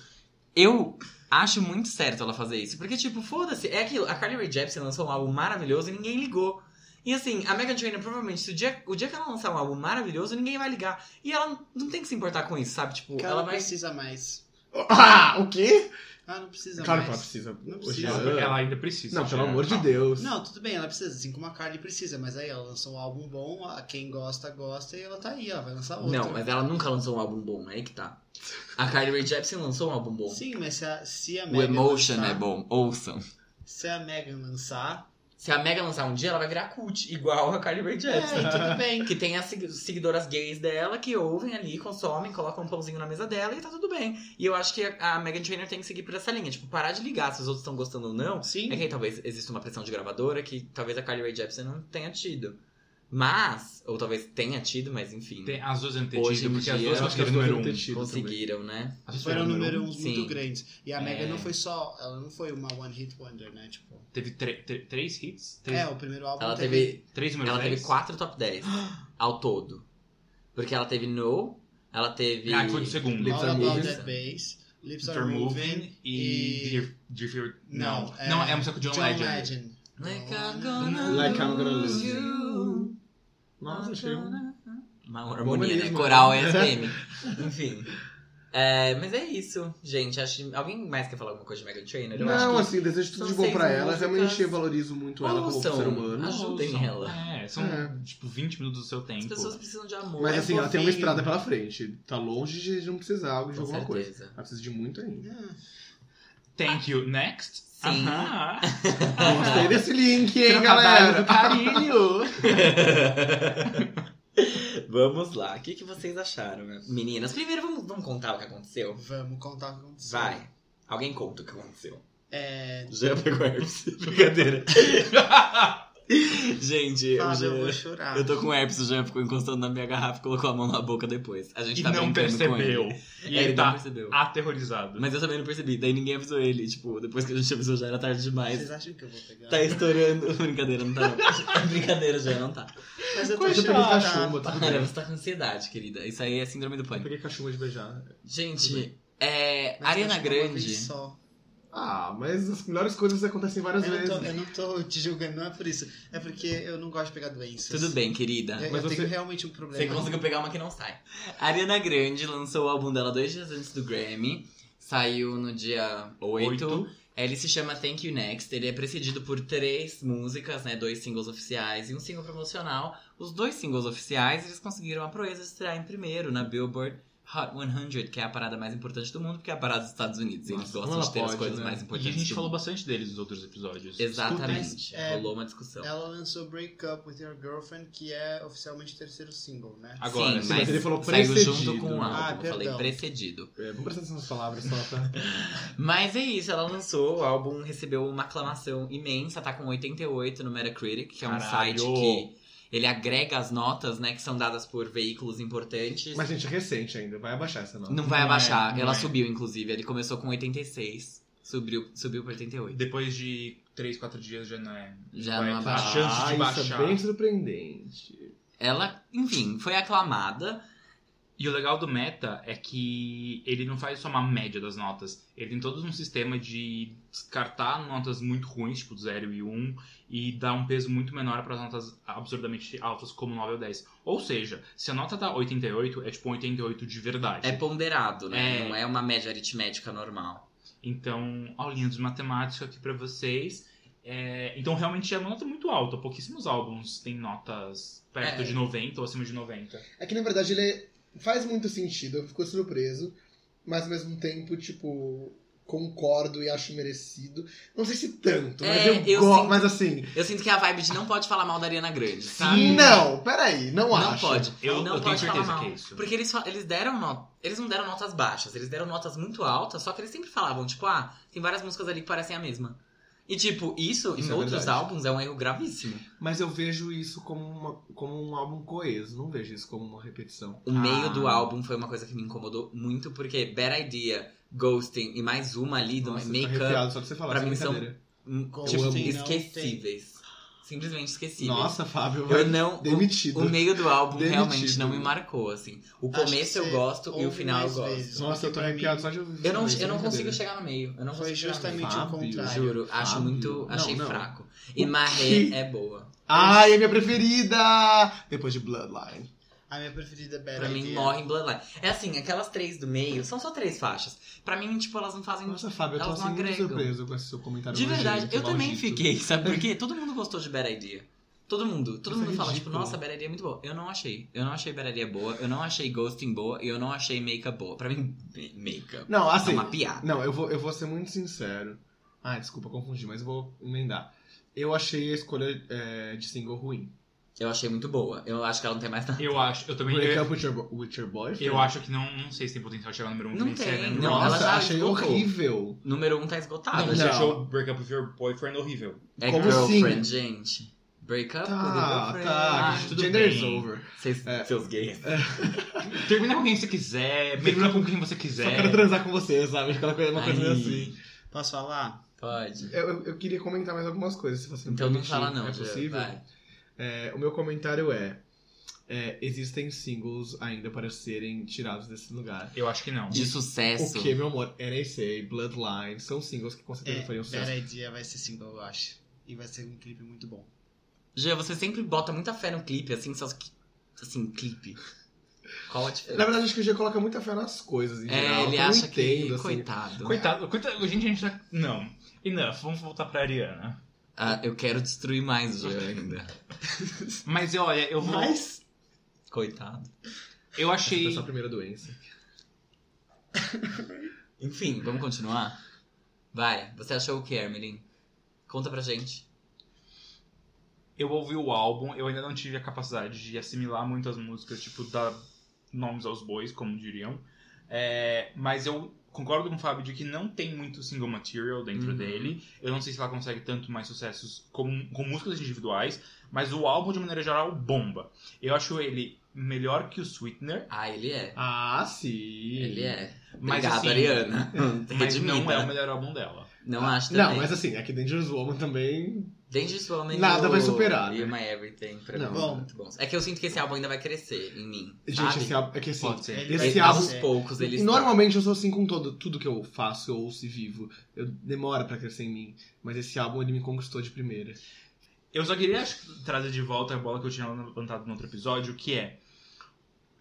Speaker 1: Eu acho muito certo ela fazer isso. Porque, tipo, foda-se. É aquilo. A Carly Rae Jepsen lançou um álbum maravilhoso e ninguém ligou. E assim, a Megan Trainor provavelmente, se o dia, o dia que ela lançar um álbum maravilhoso, ninguém vai ligar. E ela não tem que se importar com isso, sabe? Tipo,
Speaker 2: Porque Ela,
Speaker 1: ela
Speaker 2: não
Speaker 1: vai.
Speaker 2: precisa mais.
Speaker 3: Ah, o quê?
Speaker 2: Ela não precisa
Speaker 3: Claro que ela
Speaker 2: mais.
Speaker 3: precisa.
Speaker 2: Não
Speaker 3: Ô,
Speaker 2: precisa.
Speaker 3: Jean.
Speaker 4: Ela, ela ainda precisa.
Speaker 3: Não, pelo amor de
Speaker 4: Calma.
Speaker 3: Deus.
Speaker 2: Não, tudo bem, ela precisa, assim como a Carly precisa, mas aí ela lançou um álbum bom, a quem gosta, gosta, e ela tá aí, ela vai lançar outro.
Speaker 1: Não, mas ela nunca lançou um álbum bom, aí que tá. A Carly Rae Jepsen lançou um álbum bom.
Speaker 2: Sim, tá. mas se a, se a
Speaker 1: o
Speaker 2: Megan
Speaker 1: Emotion
Speaker 2: lançar,
Speaker 1: é bom, ouçam.
Speaker 2: Se a Megan lançar,
Speaker 1: Se a Megan lançar um dia, ela vai virar cult, igual a Carly Rae
Speaker 2: é,
Speaker 1: Jepsen.
Speaker 2: tudo bem.
Speaker 1: Que tem as segui- seguidoras gays dela que ouvem ali, consomem, colocam um pãozinho na mesa dela e tá tudo bem. E eu acho que a, a Megan Trainor tem que seguir por essa linha. Tipo, parar de ligar se os outros estão gostando ou não.
Speaker 2: Sim.
Speaker 1: É que aí talvez exista uma pressão de gravadora que talvez a Carly Rae Jepsen não tenha tido. Mas, ou talvez tenha tido, mas enfim.
Speaker 4: Tem, as duas dentro
Speaker 1: Hoje em
Speaker 4: porque as
Speaker 1: dia, é
Speaker 4: duas
Speaker 1: eu acho que
Speaker 4: conseguiram
Speaker 3: as duas
Speaker 4: número um.
Speaker 3: devem ter tido.
Speaker 1: conseguiram, né?
Speaker 4: As duas
Speaker 2: Foram
Speaker 4: um.
Speaker 2: número uns
Speaker 1: Sim.
Speaker 2: muito grandes. E a
Speaker 1: É.
Speaker 2: Megan não foi só. Ela não foi uma One Hit Wonder, né? Tipo.
Speaker 4: Teve tre- tre- três hits? Três,
Speaker 2: É, o primeiro álbum.
Speaker 1: Ela teve,
Speaker 4: três números
Speaker 1: ela teve quatro top 10 ao todo. Porque ela teve No, ela teve.
Speaker 4: Ah, que foi do segundo.
Speaker 1: Lips
Speaker 2: All
Speaker 1: Are
Speaker 2: About
Speaker 1: Moving.
Speaker 2: That Bass, Lips Are
Speaker 4: They're
Speaker 2: Moving.
Speaker 4: Moving e...
Speaker 2: e-
Speaker 4: Dear- Dear Fear- Não,
Speaker 2: Não,
Speaker 4: não
Speaker 2: é-
Speaker 4: é, a música com John,
Speaker 2: John
Speaker 4: Legend.
Speaker 2: Legend.
Speaker 1: Like I'm gonna
Speaker 3: Like I'm gonna
Speaker 1: lose
Speaker 3: lose
Speaker 1: you.
Speaker 3: Nossa, achei um.
Speaker 1: Uma harmonia, né?
Speaker 3: harmonismo.
Speaker 1: Coral SM. Enfim. É, mas é isso, gente. Acho... Alguém mais quer falar alguma coisa de Megan Trainor? Eu acho
Speaker 3: Não,
Speaker 1: que...
Speaker 3: assim, desejo tudo de
Speaker 1: são
Speaker 3: bom
Speaker 1: seis
Speaker 3: pra ela.
Speaker 1: músicas.
Speaker 3: Realmente eu valorizo muito ela como
Speaker 1: Ouçam.
Speaker 3: ser humano.
Speaker 1: Ajudem
Speaker 4: Ah, São-
Speaker 1: ela.
Speaker 4: É, são
Speaker 3: É.
Speaker 4: tipo 20 minutos do seu tempo.
Speaker 1: As pessoas precisam de amor.
Speaker 3: Mas
Speaker 1: é
Speaker 3: assim, ela tem uma
Speaker 1: fofinho.
Speaker 3: estrada pela frente. Tá longe de de não precisar algo de
Speaker 1: Com
Speaker 3: alguma coisa.
Speaker 1: certeza.
Speaker 3: Ela precisa de muito ainda.
Speaker 2: Ah,
Speaker 4: Thank you. Next.
Speaker 1: Sim.
Speaker 4: Aham.
Speaker 3: Gostei desse link, hein,
Speaker 1: tá
Speaker 4: Trocadalho
Speaker 3: galera?
Speaker 4: do carinho.
Speaker 1: vamos lá. O que, que vocês acharam, né? meninas? Primeiro, vamos, vamos contar o que aconteceu?
Speaker 2: Vamos contar o que aconteceu.
Speaker 1: Vai. Alguém conta o que aconteceu.
Speaker 2: É.
Speaker 1: Já pegou herpes. Brincadeira. gente,
Speaker 2: Fábio,
Speaker 1: já-
Speaker 2: eu vou chorar.
Speaker 1: Eu tô com herpes, o Jean ficou encostando na minha garrafa e colocou a mão na boca depois. A gente
Speaker 4: e
Speaker 1: tá
Speaker 4: não
Speaker 1: brincando com
Speaker 4: percebeu.
Speaker 1: ele. É,
Speaker 4: E ele
Speaker 1: não
Speaker 4: tá
Speaker 1: percebeu.
Speaker 4: aterrorizado.
Speaker 1: Mas eu também não percebi, daí ninguém avisou ele. Tipo, depois que a gente avisou já era tarde
Speaker 2: Vocês
Speaker 1: demais.
Speaker 2: acham que eu vou pegar?
Speaker 1: Tá estourando. Brincadeira, não tá não. Brincadeira, Jean, não tá.
Speaker 2: Mas eu tô
Speaker 3: Mas eu peguei
Speaker 2: chocada.
Speaker 3: cachumba, tudo
Speaker 1: Para,
Speaker 3: bem.
Speaker 1: você tá com ansiedade, querida. Isso aí é síndrome do
Speaker 3: Eu
Speaker 1: pânico.
Speaker 3: peguei cachumba de beijar.
Speaker 1: Gente, é,
Speaker 2: Mas eu
Speaker 1: Ariana
Speaker 2: acho que é uma vez
Speaker 1: Grande.
Speaker 2: Só.
Speaker 3: Ah, mas as melhores coisas acontecem várias
Speaker 2: Eu não,
Speaker 3: vezes.
Speaker 2: tô, eu não tô te julgando, não é por isso. É porque eu não gosto de pegar doenças.
Speaker 1: Tudo bem,
Speaker 2: Eu,
Speaker 1: querida.
Speaker 2: eu
Speaker 3: Mas você-
Speaker 2: tenho realmente um
Speaker 1: Você
Speaker 2: problema.
Speaker 1: conseguiu pegar uma que não sai. A Ariana Grande lançou o álbum dela dois dias antes do Grammy. Saiu no dia 8. Ele se chama Thank You Next. Ele é precedido por três músicas, né? Dois singles oficiais e um single promocional. Os dois singles oficiais, eles conseguiram a proeza de estrear em primeiro na Billboard Hot 100, que é a parada mais importante do mundo, porque é a parada dos Estados Unidos. Eles
Speaker 3: Nossa,
Speaker 1: gostam
Speaker 3: como
Speaker 1: de ter
Speaker 3: ela
Speaker 1: as
Speaker 3: pode,
Speaker 1: coisas
Speaker 3: né?
Speaker 1: mais
Speaker 4: E a
Speaker 1: importantes.
Speaker 4: gente
Speaker 1: do
Speaker 4: falou
Speaker 1: mundo.
Speaker 4: bastante deles nos outros episódios.
Speaker 1: Exatamente.
Speaker 2: Mas, é,
Speaker 1: Rolou uma discussão.
Speaker 2: Ela lançou Break Up With Your Girlfriend, que é oficialmente o terceiro single, né?
Speaker 4: Agora,
Speaker 1: Sim,
Speaker 4: sim.
Speaker 1: mas
Speaker 3: Ele falou
Speaker 1: saiu junto
Speaker 3: precedido.
Speaker 1: com o álbum.
Speaker 2: Ah,
Speaker 1: eu falei
Speaker 2: perdão.
Speaker 1: precedido.
Speaker 3: É, vamos prestar atenção nas palavras só, tá?
Speaker 1: Mas é isso, ela lançou, o álbum recebeu uma aclamação imensa, tá com 88 no Metacritic, que é um
Speaker 4: Caralho!
Speaker 1: site que ele agrega as notas, né, que são dadas por veículos importantes.
Speaker 3: Mas, gente, é recente ainda. Vai abaixar essa nota.
Speaker 1: não vai
Speaker 4: não
Speaker 1: abaixar,
Speaker 4: é, não
Speaker 1: ela
Speaker 4: é.
Speaker 1: subiu inclusive, ele começou com 86, subiu, subiu pra 88.
Speaker 4: Depois de 3, 4 dias já não é.
Speaker 1: Já
Speaker 4: Vai
Speaker 1: não
Speaker 4: entrar.
Speaker 1: abaixou.
Speaker 4: chance de
Speaker 3: Tá, Isso
Speaker 4: baixar.
Speaker 3: é bem surpreendente.
Speaker 1: Ela, enfim, foi aclamada.
Speaker 4: E o legal do meta é que ele não faz só uma média das notas. Ele tem todo um sistema de descartar notas muito ruins, tipo 0 e 1, e dar um peso muito menor para as notas absurdamente altas, como 9 ou 10. Ou seja, se a nota tá 88, é tipo 88 de verdade.
Speaker 1: É ponderado, né?
Speaker 4: É.
Speaker 1: Não é uma média aritmética normal.
Speaker 4: Então, aulinha de matemática aqui pra vocês. É, então, realmente é uma nota muito alta. Pouquíssimos álbuns têm notas perto
Speaker 1: É.
Speaker 4: de 90 ou acima de 90.
Speaker 3: É que, na verdade, ele é- faz muito sentido. Eu fico surpreso. Mas, ao mesmo tempo, tipo... Concordo e acho merecido. Não sei se tanto, mas
Speaker 1: É,
Speaker 3: eu,
Speaker 1: eu
Speaker 3: gosto.
Speaker 1: sinto-
Speaker 3: Mas assim.
Speaker 1: Eu sinto que é a vibe de não pode falar mal da Ariana Grande, sabe?
Speaker 3: Não, peraí, não,
Speaker 1: Não
Speaker 3: acho.
Speaker 1: pode.
Speaker 4: Eu,
Speaker 1: não
Speaker 4: eu tenho
Speaker 1: pode falar
Speaker 4: certeza
Speaker 1: mal.
Speaker 4: que é isso.
Speaker 1: Porque eles, fa- eles deram no- eles não deram notas baixas, eles deram notas muito altas, só que eles sempre falavam, tipo, ah, tem várias músicas ali que parecem a mesma. E tipo, isso,
Speaker 3: Isso
Speaker 1: em
Speaker 3: é
Speaker 1: outros
Speaker 3: verdade.
Speaker 1: álbuns é um erro gravíssimo.
Speaker 3: Mas eu vejo isso como, uma- como um álbum coeso. Não vejo isso como uma repetição.
Speaker 1: O
Speaker 4: Ah.
Speaker 1: meio do álbum foi uma coisa que me incomodou muito, porque Bad Idea, Ghosting e mais uma ali do
Speaker 3: Nossa, eu tô
Speaker 1: Então, é Make-up,
Speaker 3: arrepiado só de você falar.
Speaker 1: pra
Speaker 3: sem
Speaker 1: mim, são-
Speaker 3: brincadeira.
Speaker 1: hum,
Speaker 2: Ghosting
Speaker 1: tipo,
Speaker 2: não tem.
Speaker 1: esquecíveis. Simplesmente esquecíveis.
Speaker 3: Nossa, Fábio, vai...
Speaker 1: Eu não. o-
Speaker 3: demitido.
Speaker 1: O meio do álbum
Speaker 3: Demitido.
Speaker 1: realmente não me marcou, assim. O
Speaker 2: Acho que
Speaker 1: começo eu
Speaker 2: você
Speaker 1: gosto e o
Speaker 2: ouve
Speaker 1: final eu
Speaker 2: mais
Speaker 1: gosto.
Speaker 2: vezes.
Speaker 3: Nossa, eu tô
Speaker 2: Pra mim-
Speaker 3: arrepiado só de ouvir.
Speaker 1: Eu não,
Speaker 3: isso,
Speaker 1: eu não
Speaker 3: sem
Speaker 1: consigo
Speaker 3: é brincadeira.
Speaker 1: chegar no meio. Eu não
Speaker 2: Foi
Speaker 1: consigo chegar no
Speaker 2: justamente
Speaker 1: meio.
Speaker 2: o
Speaker 3: Fábio,
Speaker 2: contrário.
Speaker 1: Juro, acho
Speaker 3: Fábio.
Speaker 1: muito.
Speaker 3: Não,
Speaker 1: Achei
Speaker 3: não.
Speaker 1: fraco. E Marré é boa.
Speaker 3: Ai, é minha preferida! Depois de Bloodline.
Speaker 2: A minha preferida é Better
Speaker 1: Pra mim,
Speaker 2: Idea.
Speaker 1: morre em Bloodline. É assim, aquelas três do meio, são só três faixas. Pra mim, tipo, elas não fazem.
Speaker 3: Nossa, Fábio, eu tô
Speaker 1: Elas não
Speaker 3: assim, muito
Speaker 1: agregam.
Speaker 3: surpreso com esse seu comentário.
Speaker 1: de verdade,
Speaker 3: nojento,
Speaker 1: eu também
Speaker 3: maldito.
Speaker 1: fiquei, sabe por quê? Todo mundo gostou de Bad Idea. Todo mundo. Todo
Speaker 3: Isso é
Speaker 1: mundo fala, tipo,
Speaker 3: ridículo.
Speaker 1: nossa, Bad Idea é muito boa. Eu não achei. Eu não achei Bad Idea boa, eu não achei Ghosting boa e eu não achei Makeup boa. Pra mim, me- Makeup
Speaker 3: Não,
Speaker 1: é
Speaker 3: assim.
Speaker 1: uma piada.
Speaker 3: Não, eu vou, eu vou ser muito sincero. Ah, desculpa, confundi, mas eu vou emendar. Eu achei a escolha é, de single ruim.
Speaker 1: Eu achei muito boa. Eu acho que ela não tem mais nada.
Speaker 4: Eu acho, eu também.
Speaker 3: Break
Speaker 4: Eu,
Speaker 3: up with your, bo- with your boyfriend.
Speaker 4: é eu acho que não, não sei se tem potencial de né? chegar no número 1.
Speaker 1: Não tem, não,
Speaker 3: Nossa,
Speaker 1: ela já
Speaker 3: achei
Speaker 1: esgotou.
Speaker 3: horrível.
Speaker 1: Número um tá esgotado.
Speaker 4: Não, você
Speaker 3: Não.
Speaker 4: achou Break Up With Your Boyfriend horrível.
Speaker 1: É
Speaker 3: Como assim?
Speaker 1: girlfriend, gente. Break up with your
Speaker 3: Tá,
Speaker 1: girlfriend.
Speaker 3: tá.
Speaker 4: Ah, tudo
Speaker 3: Gender is
Speaker 4: bem.
Speaker 3: over.
Speaker 1: Vocês-
Speaker 3: É.
Speaker 1: Seus gays.
Speaker 4: Termina com quem você quiser, termina com quem você quiser.
Speaker 3: Só quero transar com você, sabe? Aquela coisa, uma coisa
Speaker 1: Ai.
Speaker 3: meio assim.
Speaker 2: Posso falar?
Speaker 1: Pode.
Speaker 3: Eu, eu- eu queria comentar mais algumas coisas, se você me
Speaker 1: Então não
Speaker 3: permitir.
Speaker 1: fala não,
Speaker 3: é
Speaker 1: Jean,
Speaker 3: possível.
Speaker 1: vai.
Speaker 3: É, o meu comentário é, é, existem singles ainda para serem tirados desse lugar.
Speaker 4: Eu acho que não.
Speaker 1: De sucesso.
Speaker 3: O que, meu amor? NSA, Bloodline, são singles que com certeza
Speaker 2: É,
Speaker 3: fariam um sucesso.
Speaker 2: Better Idea vai ser single, eu acho. E vai ser um clipe muito bom.
Speaker 1: Jean, você sempre bota muita fé no clipe, assim, só que. Assim, clipe. Qual a
Speaker 3: Na
Speaker 1: diferença?
Speaker 3: verdade, acho que o G coloca muita fé nas coisas, em geral.
Speaker 1: É, ele
Speaker 3: Eu não
Speaker 1: acha
Speaker 3: entendo,
Speaker 1: que.
Speaker 3: assim.
Speaker 1: Coitado.
Speaker 4: Coitado, coitado, gente, a gente já. Não. Enough, vamos voltar pra Ariana.
Speaker 1: Ah, eu quero destruir mais o Jean ainda.
Speaker 4: Mas olha, eu vou.
Speaker 2: Mas...
Speaker 1: Coitado.
Speaker 4: Eu
Speaker 3: Essa foi
Speaker 4: achei.
Speaker 3: sua primeira doença.
Speaker 1: Enfim, vamos continuar? Vai, você achou o que, Ermelin? Conta pra gente.
Speaker 4: Eu ouvi o álbum, eu ainda não tive a capacidade de assimilar muitas músicas, tipo, dar nomes aos bois, como diriam. É, mas eu concordo com o Fábio de que não tem muito single material dentro
Speaker 1: Uhum.
Speaker 4: dele. Eu não sei se ela consegue tanto mais sucessos com, com músicas individuais, mas o álbum, de maneira geral, bomba. Eu acho ele melhor que o Sweetener,
Speaker 1: Ah, ele é.
Speaker 3: Ah, sim.
Speaker 1: Ele é.
Speaker 4: mas,
Speaker 1: Obrigado,
Speaker 4: assim,
Speaker 1: Ariana. né?
Speaker 4: mas
Speaker 1: Redimida.
Speaker 4: não é o melhor álbum dela.
Speaker 3: Ah,
Speaker 1: Não acho também.
Speaker 3: Não, mas assim, é que Dangerous Woman também
Speaker 1: Dangerous Woman e
Speaker 3: Nada
Speaker 1: o-
Speaker 3: vai superar,
Speaker 1: E
Speaker 3: né?
Speaker 1: My Everything, pra
Speaker 3: Não.
Speaker 1: mim, são muito bons. É que eu sinto que esse álbum ainda vai crescer em mim,
Speaker 3: Gente,
Speaker 1: sabe?
Speaker 3: esse álbum. É que assim.
Speaker 4: Pode ser.
Speaker 2: Ele-
Speaker 3: Esse
Speaker 1: Ele-
Speaker 3: álbum-
Speaker 1: Aos poucos eles
Speaker 3: E Normalmente eu sou assim com todo, tudo que eu faço, eu ouço e vivo. Eu demora pra crescer em mim. Mas esse álbum ele me conquistou de primeira.
Speaker 4: Eu só queria acho que, trazer de volta a bola que eu tinha levantado no outro episódio, que é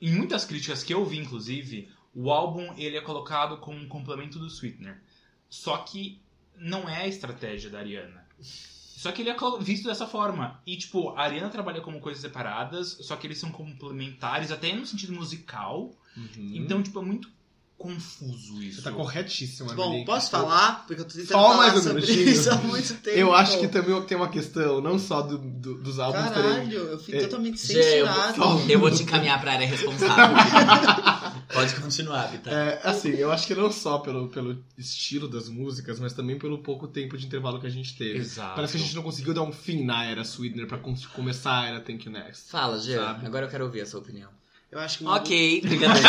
Speaker 4: em muitas críticas que eu vi, inclusive, o álbum ele é colocado como um complemento do Sweetener. Só que não é a estratégia da Ariana. Só que ele é colo- visto dessa forma. E, tipo, a Ariana trabalha como coisas separadas, só que eles são complementares, até no sentido musical. Então, tipo, é muito confuso isso.
Speaker 3: Você Uhum. tá corretíssima,
Speaker 2: Bom,
Speaker 3: Monique.
Speaker 2: posso falar? Porque eu tô tentando
Speaker 3: Fala
Speaker 2: falar
Speaker 3: mais um
Speaker 2: sobre
Speaker 3: minutinho.
Speaker 2: isso há muito tempo.
Speaker 3: Eu acho que também tem uma questão, não só do- do- dos álbuns terem-
Speaker 2: um- Caralho, eu fui
Speaker 3: É.
Speaker 2: totalmente
Speaker 1: Gê, eu,
Speaker 2: censurado.
Speaker 1: vou-
Speaker 3: né?
Speaker 1: eu vou te encaminhar pra área responsável. Pode continuar, Pita.
Speaker 3: É, assim, eu acho que não só pelo, pelo estilo das músicas, mas também pelo pouco tempo de intervalo que a gente teve.
Speaker 4: Exato.
Speaker 3: Parece que a gente não conseguiu dar um fim na era Sweetener pra con- começar a era Thank You Next.
Speaker 1: Fala, Gê.
Speaker 3: Sabe?
Speaker 1: Agora eu quero ouvir a sua opinião.
Speaker 2: Eu acho que um álbum-
Speaker 1: Ok, brincadeira.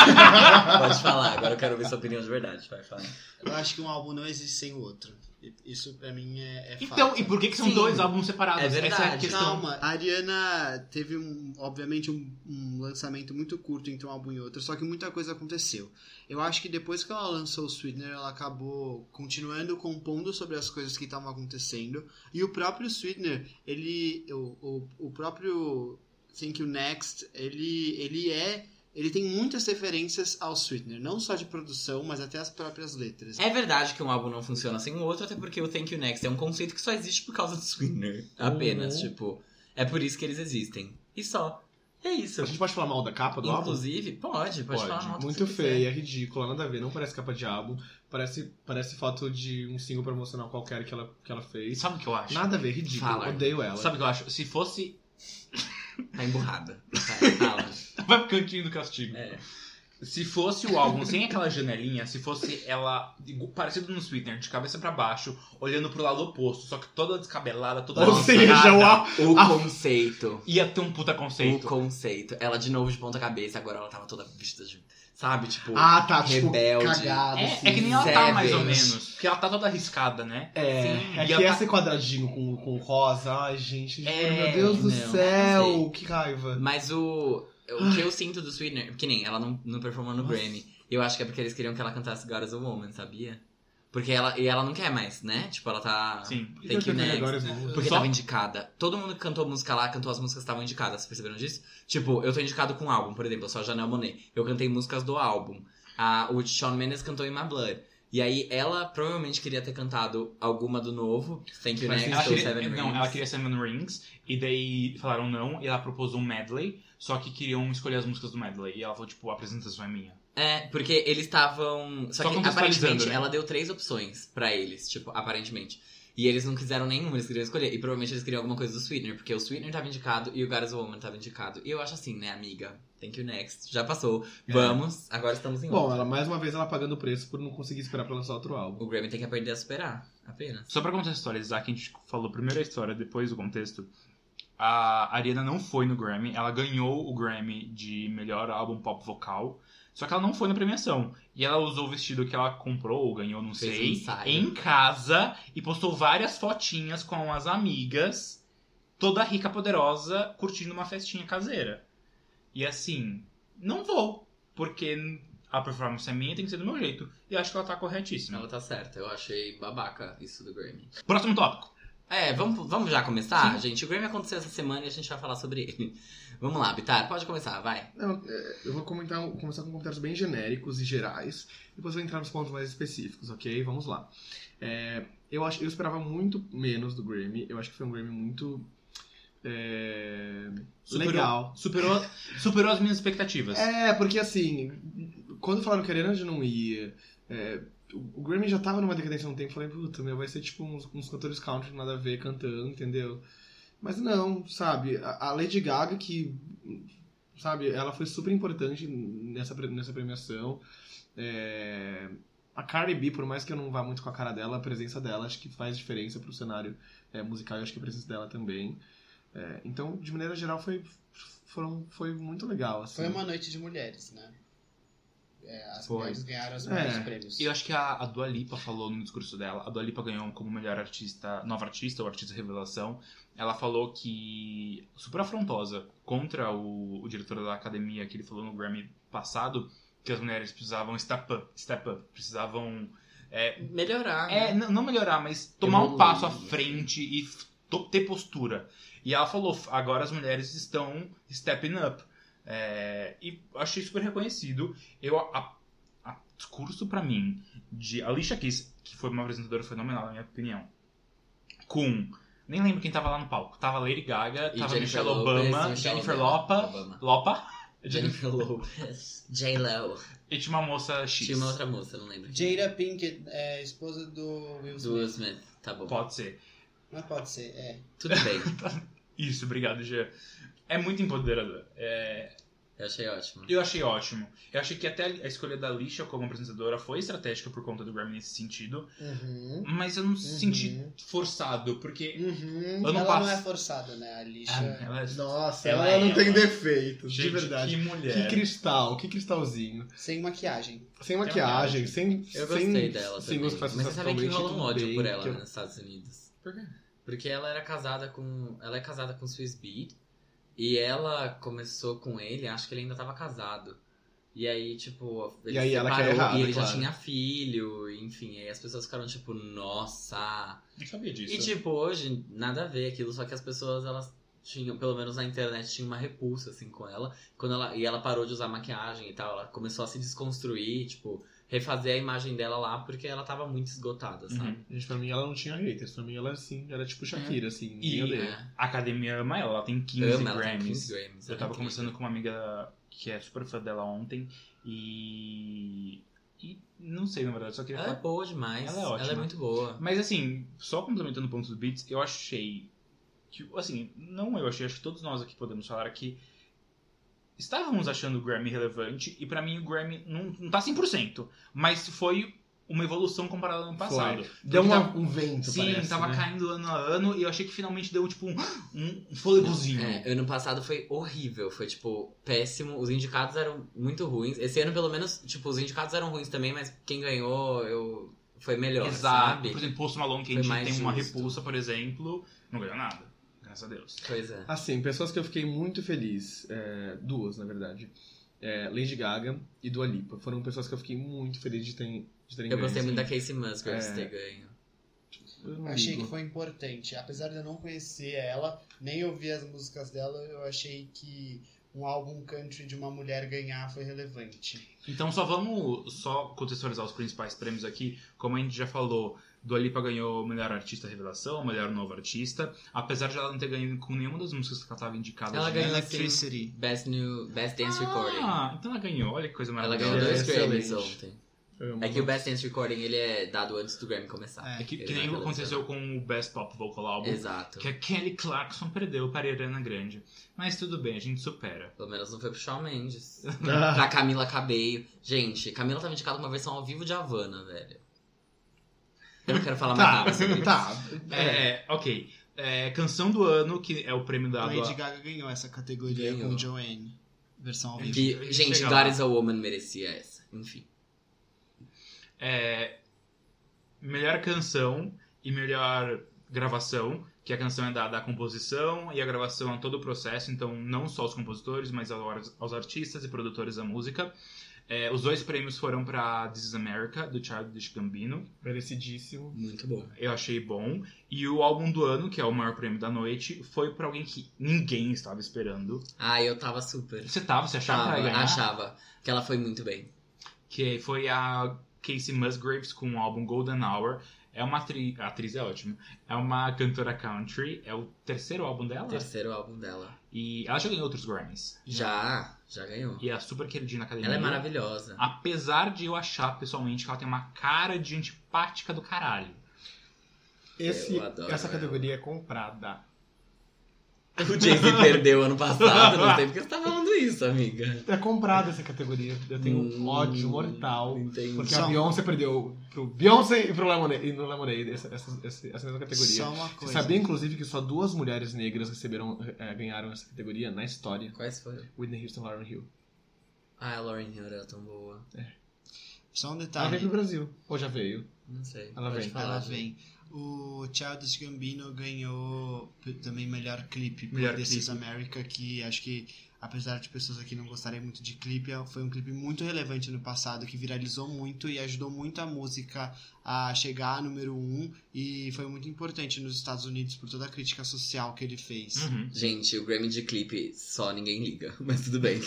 Speaker 1: Pode falar, agora eu quero ouvir sua opinião de verdade. Vai, fala.
Speaker 2: Eu acho que um álbum não existe sem o outro. E- Isso pra mim é, é
Speaker 4: Então,
Speaker 2: fato.
Speaker 4: e por que, que são
Speaker 1: Sim.
Speaker 4: dois álbuns separados?
Speaker 1: É
Speaker 4: Essa é a
Speaker 1: verdade.
Speaker 4: questão.
Speaker 2: Calma, a Ariana teve, um, obviamente, um, um lançamento muito curto entre um álbum e outro, só que muita coisa aconteceu. Eu acho que depois que ela lançou o Sweetener, ela acabou continuando compondo sobre as coisas que estavam acontecendo. E o próprio Sweetener, ele. O, o, o próprio Thank You Next, ele, ele é. Ele tem muitas referências ao Sweetener, não só de produção, mas até as próprias letras. né?
Speaker 1: É verdade que um álbum não funciona sem o outro, até porque o Thank You Next é um conceito que só existe por causa do Swinner. Apenas,
Speaker 3: Uhum.
Speaker 1: tipo. É por isso que eles existem. E só. É isso.
Speaker 3: A gente pode falar mal da capa do álbum?
Speaker 1: Inclusive, pode, pode,
Speaker 4: Pode.
Speaker 1: falar mal.
Speaker 3: Muito feia, ridícula, nada a ver, não parece capa de álbum, parece, parece foto de um single promocional qualquer que ela, que ela
Speaker 4: E
Speaker 3: fez.
Speaker 4: sabe o que eu acho?
Speaker 3: Nada a ver, ridículo,
Speaker 1: Fala.
Speaker 3: odeio ela.
Speaker 4: Sabe o que eu acho? Se fosse
Speaker 1: Tá emburrada. Tá, Vai, fala.
Speaker 4: Vai pro cantinho do castigo.
Speaker 1: É.
Speaker 4: Se fosse o álbum sem aquela janelinha, se fosse ela igu- parecido no Sweetener, de cabeça pra baixo, olhando pro lado oposto, só que toda descabelada, toda
Speaker 3: Ou seja, o
Speaker 4: lascada,
Speaker 3: álbum...
Speaker 1: O
Speaker 3: Ah.
Speaker 1: conceito.
Speaker 4: ia ter um puta
Speaker 1: O
Speaker 4: conceito.
Speaker 1: conceito. Ela de novo de ponta cabeça, agora ela tava toda vestida de. Sabe? Tipo.
Speaker 3: Ah, tá, tipo,
Speaker 1: Rebelde.
Speaker 3: cagado.
Speaker 4: É,
Speaker 3: assim.
Speaker 4: é que nem ela tá, mais ou
Speaker 1: Savage.
Speaker 4: menos. Porque ela tá toda arriscada, né?
Speaker 3: É,
Speaker 4: Sim.
Speaker 3: é
Speaker 4: E
Speaker 3: que
Speaker 4: ela tá-
Speaker 3: esse quadradinho com, com rosa, ai gente, juro,
Speaker 4: É,
Speaker 3: meu Deus do
Speaker 1: não,
Speaker 3: céu,
Speaker 1: sei.
Speaker 3: que raiva.
Speaker 1: Mas o. O que eu sinto do Sweetener, que nem ela não, não performou no
Speaker 3: Nossa.
Speaker 1: Grammy. Eu acho que é porque eles queriam que ela cantasse God is a Woman, sabia? Porque ela. E ela não quer mais, né? Tipo, ela tá.
Speaker 4: Sim.
Speaker 3: Por que
Speaker 1: Thank
Speaker 3: eu
Speaker 1: you
Speaker 3: cantei
Speaker 1: next.
Speaker 3: agora, irmão?
Speaker 1: Porque
Speaker 4: Só-
Speaker 1: tava indicada. Todo mundo que cantou música lá, cantou as músicas que estavam indicadas. Vocês perceberam disso? Tipo, eu tô indicado com um álbum, por exemplo, eu sou a Janelle Monet. Eu cantei músicas do álbum. A, o Shawn Mendes cantou In My Blood. E aí, ela provavelmente queria ter cantado alguma do novo, Thank You
Speaker 3: Mas
Speaker 1: Next,
Speaker 4: É, Ela
Speaker 1: ou
Speaker 4: queria,
Speaker 1: Seven
Speaker 4: não,
Speaker 1: Rings.
Speaker 4: ela queria Seven Rings, e daí falaram não, e ela propôs um medley, só que queriam escolher as músicas do medley. E ela falou, tipo, a apresentação é minha.
Speaker 1: É, porque eles estavam. Só,
Speaker 4: Só
Speaker 1: que
Speaker 4: contextualizando,
Speaker 1: aparentemente
Speaker 4: né?
Speaker 1: ela deu três opções pra eles, tipo, aparentemente. E eles não quiseram nenhuma, eles queriam escolher. E provavelmente eles queriam alguma coisa do Sweetener, porque o Sweetener tava indicado e o Garas Woman tava indicado. E eu acho assim, né, amiga? Thank you next. Já passou.
Speaker 4: É.
Speaker 1: Vamos, agora estamos em
Speaker 3: Bom,
Speaker 1: outra.
Speaker 3: ela mais uma vez ela pagando o preço por não conseguir esperar pra lançar outro álbum.
Speaker 1: O Grammy tem que aprender a superar, apenas.
Speaker 4: Só pra contextualizar, que a gente falou primeiro a história, depois o contexto. A Ariana não foi no Grammy, ela ganhou o Grammy de melhor álbum pop vocal, só que ela não foi na premiação. E ela usou o vestido que ela comprou, ou ganhou, não
Speaker 1: Fez um
Speaker 4: sei,
Speaker 1: ensaio.
Speaker 4: em casa e postou várias fotinhas com as amigas, toda rica, poderosa, curtindo uma festinha caseira. E assim, não vou, porque a performance é minha, tem que ser do meu jeito. E eu acho que ela tá corretíssima.
Speaker 1: Ela tá certa, eu achei babaca isso do Grammy.
Speaker 4: Próximo tópico.
Speaker 1: É, vamos, vamos já começar, gente? O Grammy aconteceu essa semana e a gente vai falar sobre ele. Vamos lá, Bitar, pode começar, vai.
Speaker 3: Não, é, eu vou comentar, começar com comentários bem genéricos e gerais, depois eu vou entrar nos pontos mais específicos, ok? Vamos lá. É, eu, acho, eu esperava muito menos do Grammy, eu acho que foi um Grammy muito. é,
Speaker 4: Superou-
Speaker 3: legal.
Speaker 4: Superou, superou as minhas expectativas.
Speaker 3: É, porque assim, quando falaram que a Ariana já não ia, é, o o Grammy já tava numa decadência há um tempo, eu falei, puta, meu, vai ser tipo uns, uns cantores country nada a ver cantando, entendeu? Mas não, sabe? A, a Lady Gaga, que, sabe, ela foi super importante nessa, pre- nessa premiação. É, a Cardi B, por mais que eu não vá muito com a cara dela, a presença dela acho que faz diferença pro cenário é, musical e acho que a presença dela também. É, então, de maneira geral, foi, foram, foi muito legal. Assim.
Speaker 2: Foi uma noite de mulheres, né?
Speaker 5: é, as
Speaker 4: Foi.
Speaker 5: mulheres ganharam os
Speaker 3: É.
Speaker 5: melhores prêmios.
Speaker 4: Eu acho que a, a Dua Lipa falou no discurso dela. A Dua Lipa ganhou como melhor artista, nova artista ou artista revelação. Ela falou que super afrontosa contra o, o diretor da academia que ele falou no Grammy passado que as mulheres precisavam step up, step up precisavam é,
Speaker 1: Melhorar.
Speaker 4: é, n- não melhorar, mas tomar um
Speaker 2: Evoluir.
Speaker 4: passo à frente e f- to- ter postura. E ela falou, "F- agora as mulheres estão stepping up. É, e achei super reconhecido. Eu, a, a- discurso pra mim de Alicia Keys, que foi uma apresentadora fenomenal, na minha opinião, com... Nem lembro quem tava lá no palco. Tava Lady Gaga,
Speaker 1: E
Speaker 4: tava
Speaker 1: Jennifer
Speaker 4: Michelle
Speaker 1: Lopez,
Speaker 4: Obama,
Speaker 1: Michelle
Speaker 4: Jennifer
Speaker 1: Obama,
Speaker 4: Lopa,
Speaker 1: Obama.
Speaker 4: Lopa
Speaker 1: Jennifer Lopez. J-Lo.
Speaker 4: e tinha uma moça X.
Speaker 1: Tinha uma outra moça, não lembro.
Speaker 5: Jada Pinkett é esposa do Will
Speaker 1: Do Will
Speaker 5: Smith.
Speaker 1: Smith. Tá bom.
Speaker 4: Pode ser.
Speaker 5: Mas pode ser, é.
Speaker 1: Tudo bem.
Speaker 4: Isso, obrigado, Jean. É muito empoderador. É,
Speaker 1: Eu achei ótimo.
Speaker 4: eu achei ótimo. Eu achei que até a escolha da Alicia como apresentadora foi estratégica por conta do Grammy nesse sentido,
Speaker 5: Uhum.
Speaker 4: mas eu não senti forçado, porque
Speaker 3: Uhum.
Speaker 4: ano
Speaker 5: Ela não é
Speaker 4: passado.
Speaker 5: forçada, né? A lixa.
Speaker 4: Ah, ela é
Speaker 3: Nossa,
Speaker 4: Ela
Speaker 3: ela,
Speaker 4: é
Speaker 5: um-
Speaker 3: não tem
Speaker 4: ela.
Speaker 3: defeitos,
Speaker 4: gente,
Speaker 3: de verdade.
Speaker 4: Que é.
Speaker 3: Que,
Speaker 4: mulher.
Speaker 3: cristal, que cristalzinho.
Speaker 5: Sem maquiagem.
Speaker 3: Sem maquiagem,
Speaker 4: maquiagem.
Speaker 3: sem.
Speaker 1: Eu
Speaker 3: sem
Speaker 1: gostei dela também.
Speaker 3: singles que
Speaker 1: Mas
Speaker 3: faz
Speaker 1: você sabe que
Speaker 3: sensacionalmente
Speaker 1: rola um
Speaker 3: tudo
Speaker 1: ódio
Speaker 3: bem,
Speaker 1: por ela
Speaker 3: que eu-
Speaker 1: nos Estados Unidos.
Speaker 3: Por quê?
Speaker 1: Porque ela era casada com... Ela é casada com o Swiss B. E ela começou com ele, acho que ele ainda tava casado. E aí, tipo... ele
Speaker 3: E aí ela que é
Speaker 1: separou,
Speaker 3: errada,
Speaker 1: E ele já
Speaker 3: claro.
Speaker 1: tinha filho, enfim. Aí as pessoas ficaram tipo, nossa...
Speaker 4: Não sabia disso.
Speaker 1: E tipo, hoje, nada a ver aquilo, só que as pessoas, elas tinham, pelo menos na internet, tinha uma repulsa, assim, com ela. Quando ela e ela parou de usar maquiagem e tal, ela começou a se desconstruir, tipo, refazer a imagem dela lá, porque ela tava muito esgotada,
Speaker 4: Uhum.
Speaker 1: sabe?
Speaker 3: Gente, pra mim ela não tinha haters. Pra mim ela assim, era tipo Shakira, assim.
Speaker 4: E-
Speaker 3: ninguém odeia.
Speaker 1: É.
Speaker 4: A academia ama ela, ela tem 15
Speaker 1: Ama, ela tem
Speaker 4: Grammys.
Speaker 1: 15 Grammys.
Speaker 4: Eu tava
Speaker 1: ela é
Speaker 4: conversando
Speaker 1: incrível.
Speaker 4: com uma amiga que é super fã dela ontem e. E não sei, na verdade, só queria
Speaker 1: Ela é
Speaker 4: falar.
Speaker 1: boa demais.
Speaker 4: Ela é
Speaker 1: Ela
Speaker 4: ótima.
Speaker 1: é muito boa.
Speaker 4: Mas assim, só complementando o ponto do Beats, eu achei que, assim, não eu achei, acho que todos nós aqui podemos falar que estávamos achando o Grammy relevante e pra mim o Grammy não, não tá 100%, mas foi uma evolução comparada ao ano passado.
Speaker 3: Deu
Speaker 4: Porque
Speaker 3: uma-
Speaker 4: tava-
Speaker 3: um vento,
Speaker 4: Sim,
Speaker 3: parece,
Speaker 4: tava
Speaker 3: né?
Speaker 4: caindo ano a ano e eu achei que finalmente deu tipo um, um fôlegozinho.
Speaker 1: É, ano passado foi horrível, foi tipo péssimo. Os indicados eram muito ruins. Esse ano, pelo menos, tipo, os indicados eram ruins também, mas quem ganhou eu... foi melhor,
Speaker 4: Exato.
Speaker 1: sabe?
Speaker 4: Por exemplo, Post Malone, que
Speaker 1: Foi
Speaker 4: a gente
Speaker 1: mais
Speaker 4: tem uma
Speaker 1: justo.
Speaker 4: repulsa, por exemplo, não ganhou nada. Graças a Deus.
Speaker 1: Pois é.
Speaker 3: Assim, pessoas que eu fiquei muito feliz, é, duas na verdade, é, Lady Gaga e Dua Lipa, foram pessoas que eu fiquei muito feliz de terem, de terem
Speaker 1: Eu
Speaker 3: ganho,
Speaker 1: gostei muito da
Speaker 3: assim.
Speaker 1: Casey Musgraves
Speaker 3: É.
Speaker 1: ter ganho.
Speaker 3: Eu não
Speaker 5: Achei
Speaker 3: ligo.
Speaker 5: que foi importante. Apesar de eu não conhecer ela, nem ouvir as músicas dela, eu achei que um álbum country de uma mulher ganhar foi relevante.
Speaker 4: Então só vamos só contextualizar os principais prêmios aqui. Como a gente já falou, Dua Lipa ganhou melhor artista revelação, melhor novo artista, apesar de ela não ter ganho com nenhuma das músicas que ela estava indicada.
Speaker 1: Ela
Speaker 4: de-
Speaker 1: ganhou
Speaker 2: Electricity.
Speaker 1: Best New, Best Dance Recording.
Speaker 4: Ah, então ela ganhou. Olha que coisa
Speaker 1: Ela
Speaker 4: maravilhosa.
Speaker 1: ganhou dois
Speaker 3: Excelente.
Speaker 1: Grammys ontem.
Speaker 3: Eu amo.
Speaker 1: É que o Best Dance Recording ele é dado antes do Grammy começar.
Speaker 4: É que,
Speaker 1: Ele
Speaker 4: que
Speaker 1: vai
Speaker 4: nem
Speaker 1: pela
Speaker 4: aconteceu com o Best Pop Vocal Album,
Speaker 1: Exato.
Speaker 4: que a Kelly Clarkson perdeu para a Ariana Grande. Mas tudo bem, a gente supera.
Speaker 1: Pelo menos não foi pro Shawn Mendes.
Speaker 3: Ah,
Speaker 1: pra Camila Cabello. Gente, Camila tava indicada uma versão ao vivo de Havana, velho. Eu não quero falar mais
Speaker 3: tá,
Speaker 1: nada sobre isso.
Speaker 3: tá. É.
Speaker 4: É, ok. É, canção do ano, que é o prêmio dado a-
Speaker 2: Lady Gaga ganhou essa categoria
Speaker 1: Ganhou.
Speaker 2: com Joanne. Versão ao vivo.
Speaker 1: Que, gente,
Speaker 4: Chega lá.
Speaker 1: God is a Woman merecia essa. Enfim.
Speaker 4: é, melhor canção e melhor gravação, que a canção é da, da composição e a gravação é todo o processo, então não só os compositores, mas aos, aos artistas e produtores da música. É, os dois prêmios foram para This is America, do Childish Gambino,
Speaker 3: Merecidíssimo.
Speaker 1: Muito bom.
Speaker 4: eu achei bom. E o álbum do ano, que é o maior prêmio da noite, foi para alguém que ninguém estava esperando.
Speaker 1: Ah, eu tava super.
Speaker 4: Você tava, você achava que
Speaker 1: Tava,
Speaker 4: ela ia ganhar?
Speaker 1: achava que ela foi muito bem.
Speaker 4: que foi a Casey Musgraves com o álbum Golden Hour. É uma atriz, a atriz é ótima. É uma cantora country, é o terceiro álbum dela.
Speaker 1: Terceiro álbum dela.
Speaker 4: E ela já ganhou outros Grammys.
Speaker 1: Já, já ganhou.
Speaker 4: E é super queridinha na academia.
Speaker 1: Ela é maravilhosa.
Speaker 4: Apesar de eu achar pessoalmente que ela tem uma cara de antipática do caralho.
Speaker 3: Esse,
Speaker 1: Eu adoro
Speaker 3: essa
Speaker 1: ela.
Speaker 3: categoria é comprada.
Speaker 1: O Jay-Z perdeu ano passado, não sei porque você tá falando isso, amiga.
Speaker 3: É comprada essa categoria. Eu tenho
Speaker 1: Hum,
Speaker 3: um ódio mortal.
Speaker 1: Entendi.
Speaker 3: Porque
Speaker 2: Só-
Speaker 3: a Beyoncé perdeu pro Beyoncé e pro Lemonade. E no Lemonade essa, essa, essa, essa mesma categoria.
Speaker 2: Só uma
Speaker 3: Você
Speaker 2: coisa.
Speaker 3: sabia, inclusive, que só duas mulheres negras receberam, eh, ganharam essa categoria na história?
Speaker 1: Quais foram?
Speaker 3: Whitney Houston e Lauren Hill.
Speaker 1: Ah, a Lauren Hill era tão boa.
Speaker 2: Só um
Speaker 3: Ela veio pro
Speaker 2: detalhe.
Speaker 3: Brasil. Ou já veio.
Speaker 1: Não sei.
Speaker 3: Ela
Speaker 1: pode
Speaker 3: vem.
Speaker 1: falar,
Speaker 2: Ela
Speaker 1: gente.
Speaker 2: vem. O Childish Gambino ganhou p- também melhor clipe por
Speaker 4: Melhor
Speaker 2: This
Speaker 4: clipe.
Speaker 2: Is America, que acho que, apesar de pessoas aqui não gostarem muito de clipe, foi um clipe muito relevante no passado, que viralizou muito e ajudou muito a música a chegar a número um e foi muito importante nos Estados Unidos por toda a crítica social que ele fez.
Speaker 4: Uhum.
Speaker 1: Gente, o Grammy de clipe só ninguém liga, mas tudo bem.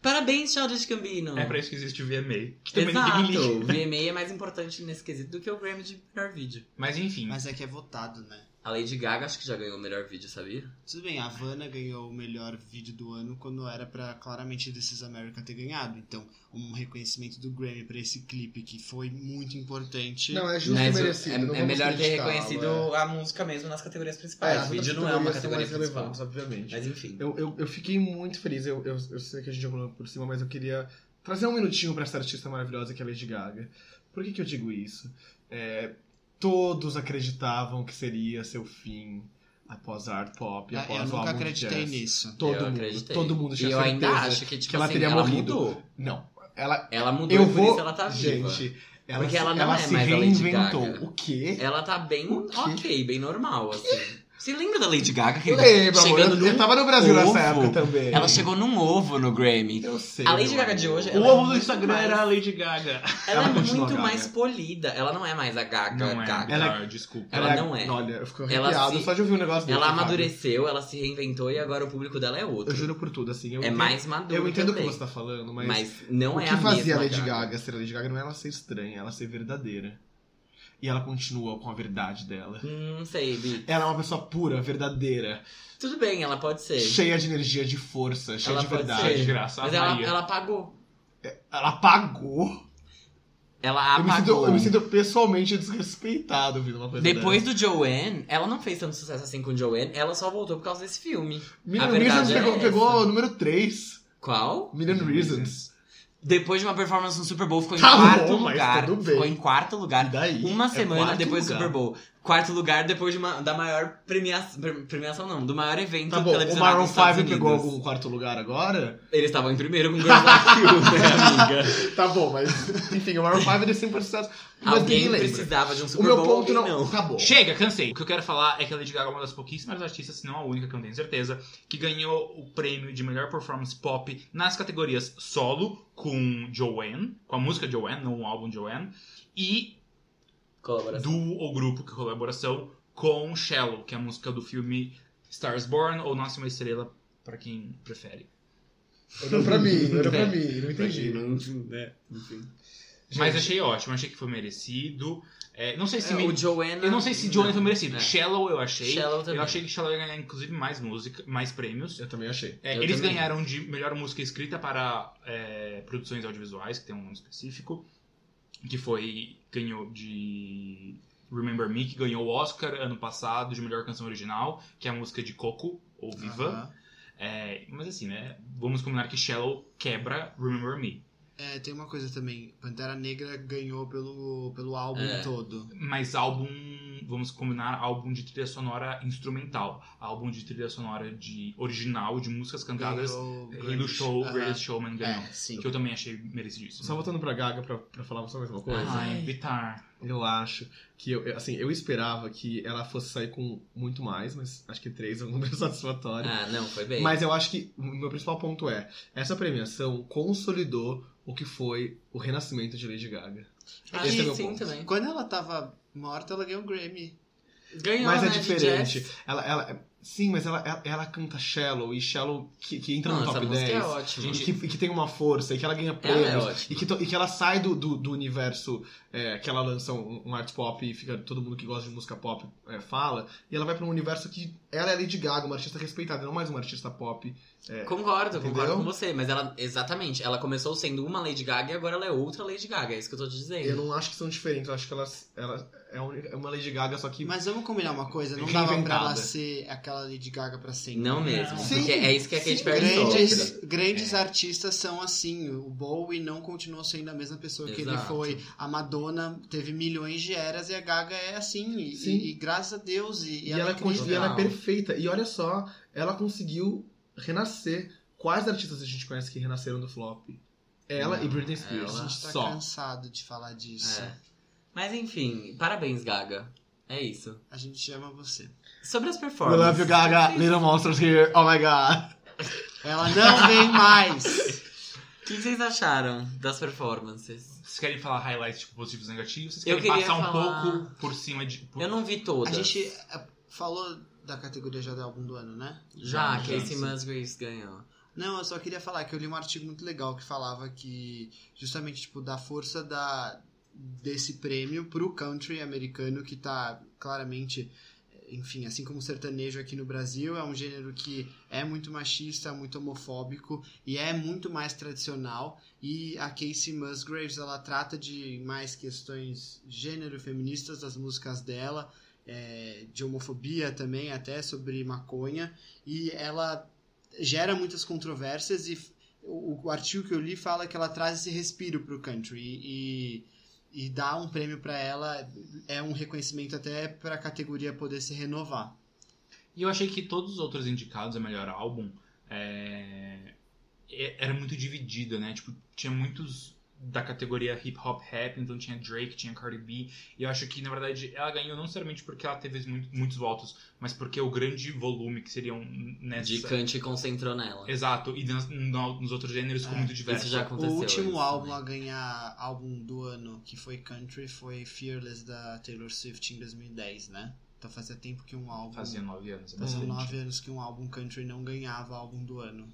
Speaker 1: Parabéns, Childish Gambino!
Speaker 4: É pra isso que existe o VMA. Que também ninguém liga.
Speaker 1: Exato! O VMA é mais importante nesse quesito do que o Grammy de melhor vídeo.
Speaker 4: Mas enfim.
Speaker 2: Mas é que é votado, né?
Speaker 1: A Lady Gaga acho que já ganhou o melhor vídeo, sabia?
Speaker 2: Tudo bem, a Havana ganhou o melhor vídeo do ano quando era pra claramente This is America ter ganhado. Então, um reconhecimento do Grammy pra esse clipe que foi muito importante.
Speaker 3: Não, é justo e
Speaker 1: Mas o-
Speaker 3: merecido.
Speaker 1: é,
Speaker 3: não
Speaker 1: é
Speaker 3: vamos
Speaker 1: melhor ter
Speaker 3: criticá-lo,
Speaker 1: reconhecido
Speaker 3: é.
Speaker 1: a música mesmo nas categorias
Speaker 3: É,
Speaker 1: principais.
Speaker 3: as
Speaker 1: o vídeo
Speaker 3: outras
Speaker 1: não é uma
Speaker 3: categorias são
Speaker 1: categoria principal.
Speaker 3: mais
Speaker 1: É
Speaker 3: relevantes, obviamente.
Speaker 1: Mas enfim.
Speaker 3: Eu, eu, eu fiquei muito feliz. Eu, eu, eu sei que a gente já falou por cima, mas eu queria trazer um minutinho pra essa artista maravilhosa que é a Lady Gaga. Por que, que eu digo isso? É, todos acreditavam que seria seu fim após a art pop,
Speaker 2: Ah, eu eu
Speaker 3: após o álbum
Speaker 2: nunca
Speaker 3: de
Speaker 2: acreditei
Speaker 3: jazz.
Speaker 2: nisso.
Speaker 3: Todo
Speaker 1: eu
Speaker 3: mundo,
Speaker 1: acreditei.
Speaker 3: todo mundo tinha
Speaker 1: E eu ainda
Speaker 3: certeza
Speaker 1: acho que, tipo,
Speaker 3: que ela
Speaker 1: assim,
Speaker 3: teria
Speaker 1: ela
Speaker 3: morrido.
Speaker 1: mudou.
Speaker 3: Não, ela
Speaker 1: Ela mudou,
Speaker 3: eu
Speaker 1: por
Speaker 3: vou,
Speaker 1: isso ela tá viva.
Speaker 3: gente, ela,
Speaker 1: Porque
Speaker 3: se-
Speaker 1: ela não é
Speaker 3: se
Speaker 1: mais a Lady
Speaker 3: reinventou.
Speaker 1: Gaga.
Speaker 3: O quê?
Speaker 1: Ela tá bem
Speaker 3: O quê?
Speaker 1: ok, bem normal, assim. Você lembra da Lady Gaga? que
Speaker 3: Eu lembro, amor.
Speaker 1: chegando
Speaker 3: Eu, eu
Speaker 1: num
Speaker 3: tava no Brasil
Speaker 1: ovo.
Speaker 3: nessa época também.
Speaker 1: Ela chegou num ovo no Grammy.
Speaker 3: Eu sei.
Speaker 1: A Lady
Speaker 3: meu
Speaker 1: Gaga de
Speaker 3: amor.
Speaker 1: hoje,
Speaker 4: O
Speaker 1: ela é
Speaker 4: ovo do
Speaker 1: muito
Speaker 4: Instagram
Speaker 1: mais-
Speaker 4: era a Lady Gaga.
Speaker 1: Ela,
Speaker 3: Ela
Speaker 1: é
Speaker 3: continua
Speaker 1: muito
Speaker 3: gaga.
Speaker 1: mais polida. Ela não é mais a Gaga.
Speaker 4: Não é,
Speaker 1: Gaga.
Speaker 3: Ela-
Speaker 4: cara, desculpa.
Speaker 1: Ela não é.
Speaker 3: Olha, eu fico
Speaker 1: Ela
Speaker 3: arrepiado
Speaker 1: se-
Speaker 3: só de ouvir um
Speaker 4: é
Speaker 3: negócio desse.
Speaker 1: Ela
Speaker 3: sabe?
Speaker 1: amadureceu, ela se reinventou e agora o público dela é outro.
Speaker 3: Eu juro por tudo, assim. Eu
Speaker 1: é
Speaker 3: entendo,
Speaker 1: mais maduro.
Speaker 3: Eu entendo o que
Speaker 1: também.
Speaker 3: você tá falando, mas.
Speaker 1: Mas, não
Speaker 3: o
Speaker 1: é
Speaker 3: que
Speaker 1: a
Speaker 3: fazia a
Speaker 1: mesma
Speaker 3: Lady Gaga. ser a Lady Gaga não é ela ser estranha, é ela ser verdadeira. E ela continua com a verdade dela.
Speaker 1: Hum, Não sei, Bi.
Speaker 3: Ela é uma pessoa pura, verdadeira,
Speaker 1: Tudo bem, ela pode ser.
Speaker 3: cheia de energia, de força, cheia
Speaker 1: Ela
Speaker 3: de
Speaker 1: pode
Speaker 4: Cheia
Speaker 3: verdade.
Speaker 4: tá de graça.
Speaker 1: é. Mas
Speaker 4: a
Speaker 1: ela,
Speaker 4: Maria.
Speaker 1: ela apagou.
Speaker 3: Ela pagou.
Speaker 1: Ela
Speaker 3: Eu me, sinto,
Speaker 1: apagou.
Speaker 3: eu me sinto pessoalmente desrespeitado ouvindo uma coisa
Speaker 1: Depois do Joanne, ela não fez tanto sucesso assim com Joanne, ela só voltou por causa desse filme.
Speaker 3: dessa. Million
Speaker 1: a verdade
Speaker 3: Reasons
Speaker 1: é
Speaker 3: pegou,
Speaker 1: essa.
Speaker 3: pegou o número 3.
Speaker 1: Qual?
Speaker 3: Million Reasons.
Speaker 1: Depois de uma performance no Super Bowl, ficou em
Speaker 3: Tá bom,
Speaker 1: quarto
Speaker 3: mas
Speaker 1: lugar.
Speaker 3: tudo bem.
Speaker 1: Ficou em quarto lugar.
Speaker 3: E daí?
Speaker 1: Uma
Speaker 3: É
Speaker 1: semana
Speaker 3: quarto
Speaker 1: depois do
Speaker 3: lugar.
Speaker 1: Super Bowl. Quarto lugar depois de uma- da maior premiação. Premiação não, do maior evento
Speaker 3: Tá bom, o
Speaker 1: Então, televisionado
Speaker 3: Maroon
Speaker 1: dos Estados
Speaker 3: 5 pegou
Speaker 1: Unidos.
Speaker 3: algum quarto lugar agora?
Speaker 1: Eles estavam em primeiro com Girls Like You, né, amiga?
Speaker 3: Tá bom, mas enfim, o Maroon é 5 ele sempre processado. Mas
Speaker 1: alguém
Speaker 3: ninguém lembra.
Speaker 1: precisava de um
Speaker 3: O
Speaker 1: Super
Speaker 3: meu
Speaker 1: Bowl,
Speaker 3: ponto
Speaker 1: alguém
Speaker 3: não.
Speaker 1: não.
Speaker 3: Tá bom.
Speaker 4: Chega, cansei. O que eu quero falar é que a Lady Gaga é uma das pouquíssimas artistas, se não a única que eu não tenho certeza, que ganhou o prêmio de melhor performance pop nas categorias solo com Joanne, com a música Joanne, não o álbum Joanne, e
Speaker 1: Colaboração.
Speaker 4: duo ou grupo, que é colaboração, com Shallow, que é a música do filme Stars Born ou Nasce uma Estrela, pra quem prefere.
Speaker 3: Olhou pra mim, olhou
Speaker 1: É.
Speaker 3: pra mim, não entendi.
Speaker 1: né?
Speaker 4: Mas achei ótimo, achei que foi merecido. É, não sei se
Speaker 1: É,
Speaker 4: me-
Speaker 1: o Joanna...
Speaker 4: Eu não sei se Joanne foi merecido.
Speaker 1: É.
Speaker 4: Shallow eu achei.
Speaker 1: Shallow também.
Speaker 4: eu achei que Shallow ia ganhar, inclusive, mais música, mais prêmios.
Speaker 3: Eu também achei.
Speaker 4: É,
Speaker 1: Eu
Speaker 4: eles
Speaker 1: também.
Speaker 4: ganharam de melhor música escrita para é, produções audiovisuais, que tem um nome específico, que foi ganhou de Remember Me, que ganhou o Oscar ano passado de melhor canção original, que é a música de Coco ou Viva.
Speaker 2: Aham.
Speaker 4: É, mas assim, né? Vamos combinar que Shallow quebra Remember Me,
Speaker 2: É, tem uma coisa também. Pantera Negra ganhou pelo, pelo álbum
Speaker 1: É.
Speaker 2: todo.
Speaker 4: mas álbum vamos combinar álbum de trilha sonora instrumental, álbum de trilha sonora de original de músicas cantadas.
Speaker 2: Ganhou
Speaker 4: Rei do
Speaker 2: Grammy.
Speaker 4: show,
Speaker 2: Aham.
Speaker 4: Greatest Showman ganhou.
Speaker 2: É, sim.
Speaker 4: Que eu também achei merecidíssimo.
Speaker 3: Só voltando pra Gaga pra, pra falar só mais uma coisa.
Speaker 4: Ai,
Speaker 1: Ai.
Speaker 4: Bitar.
Speaker 3: Eu acho que, eu, eu- assim, eu esperava que ela fosse sair com muito mais, mas acho que três é um número satisfatório.
Speaker 1: Ah, não, foi bem.
Speaker 3: Mas eu acho que o meu principal ponto é, essa premiação consolidou o que foi o renascimento de Lady Gaga.
Speaker 1: Acho
Speaker 3: esse é
Speaker 1: que
Speaker 3: meu
Speaker 1: sim
Speaker 3: ponto.
Speaker 1: também.
Speaker 2: Quando ela tava morta, ela ganhou o Grammy.
Speaker 1: Ganhou,
Speaker 3: mas é
Speaker 1: né, de
Speaker 3: diferente.
Speaker 1: jazz.
Speaker 3: Ela, ela, sim, mas ela, ela, ela canta Shallow e Shallow que, que entra
Speaker 1: Não,
Speaker 3: no
Speaker 1: essa
Speaker 3: top
Speaker 1: música
Speaker 3: 10.
Speaker 1: é ótima.
Speaker 3: E que, e que tem uma força, e que ela ganha
Speaker 1: ela é
Speaker 3: prêmios. e,
Speaker 1: ótima.
Speaker 3: que to- e que ela sai do, do, do universo é, que ela lança um, um art pop e fica todo mundo que gosta de música pop é, fala. E ela vai pra um universo que ela é Lady Gaga, uma artista respeitada, não mais uma artista pop.
Speaker 1: Concordo, concordo
Speaker 3: Entendeu?
Speaker 1: com você. Mas ela, exatamente, ela começou sendo uma Lady Gaga e agora ela é outra Lady Gaga. É isso que eu tô te dizendo.
Speaker 3: Eu não acho que são diferentes, eu acho que ela, ela é única- é uma Lady Gaga, só que.
Speaker 2: Mas vamos combinar uma coisa, não dava pra ela
Speaker 3: Reinventada.
Speaker 2: ser aquela Lady Gaga pra sempre.
Speaker 1: Não mesmo.
Speaker 4: Não.
Speaker 1: Porque é isso que a Katy Perry
Speaker 2: Grandes,
Speaker 1: sofre.
Speaker 2: grandes
Speaker 3: É.
Speaker 2: artistas são assim. O Bowie não continuou sendo a mesma pessoa que ele
Speaker 1: Exato.
Speaker 2: foi. A Madonna teve milhões de eras e a Gaga é assim. E,
Speaker 3: Sim.
Speaker 2: e- e graças a Deus. E,
Speaker 3: E, ela,
Speaker 2: é incrível.
Speaker 3: con- e ela é
Speaker 1: Total.
Speaker 3: perfeita. E olha só, ela conseguiu renascer. Quais artistas a gente conhece que renasceram do flop? Ela e Britney
Speaker 2: A
Speaker 3: Spears.
Speaker 1: ela.
Speaker 2: gente tá
Speaker 1: Só.
Speaker 2: cansado de falar disso.
Speaker 1: É. Mas enfim, parabéns, Gaga. É isso.
Speaker 2: A gente ama você.
Speaker 1: Sobre as
Speaker 3: We
Speaker 1: performances.
Speaker 3: love you, Gaga. Ah, Little Monsters here. Oh my god.
Speaker 2: Ela não vem mais.
Speaker 1: O que vocês acharam das performances?
Speaker 4: Vocês querem falar highlights tipo, positivos e negativos? Vocês
Speaker 1: Eu
Speaker 4: querem
Speaker 1: queria
Speaker 4: passar um
Speaker 1: falar-
Speaker 4: pouco por cima de. por-
Speaker 1: Eu não vi
Speaker 2: A
Speaker 1: todas.
Speaker 2: gente eh, falou da categoria já do álbum do ano, né?
Speaker 1: Já,
Speaker 4: Já,
Speaker 1: que
Speaker 4: já,
Speaker 1: Casey
Speaker 4: sim.
Speaker 1: Musgraves ganhou.
Speaker 2: Não, eu só queria falar que eu li um artigo muito legal que falava que justamente tipo da força da desse prêmio pro country americano que tá claramente enfim, assim como o sertanejo aqui no Brasil, é um gênero que é muito machista, muito homofóbico e é muito mais tradicional. E a Casey Musgraves, ela trata de mais questões gênero feministas das músicas dela, é, de homofobia também, até sobre maconha. E ela gera muitas controvérsias e f- o, o artigo que eu li fala que ela traz esse respiro pro country e, e dá um prêmio para ela é um reconhecimento até para a categoria poder se renovar.
Speaker 4: E eu achei que todos os outros indicados a melhor álbum é, é- era muito dividida, né? Tipo, tinha muitos da categoria hip hop rap, então tinha Drake, tinha Cardi B. E eu acho que, na verdade, ela ganhou não necessariamente porque ela teve muito- muitos votos, mas porque o grande volume que seriam nessa.
Speaker 1: De Kant concentrou nela.
Speaker 4: Exato, e nas- no- nos outros gêneros ficou
Speaker 2: É,
Speaker 4: muito diverso.
Speaker 1: Isso já aconteceu.
Speaker 2: o último
Speaker 1: isso,
Speaker 2: álbum
Speaker 1: né?
Speaker 2: a ganhar álbum do ano que foi country foi Fearless da Taylor Swift em 2010, né? Então fazia tempo que um álbum
Speaker 4: Fazia nove anos, é
Speaker 2: faziam
Speaker 4: bastante.
Speaker 2: nove anos que um álbum country não ganhava álbum do ano.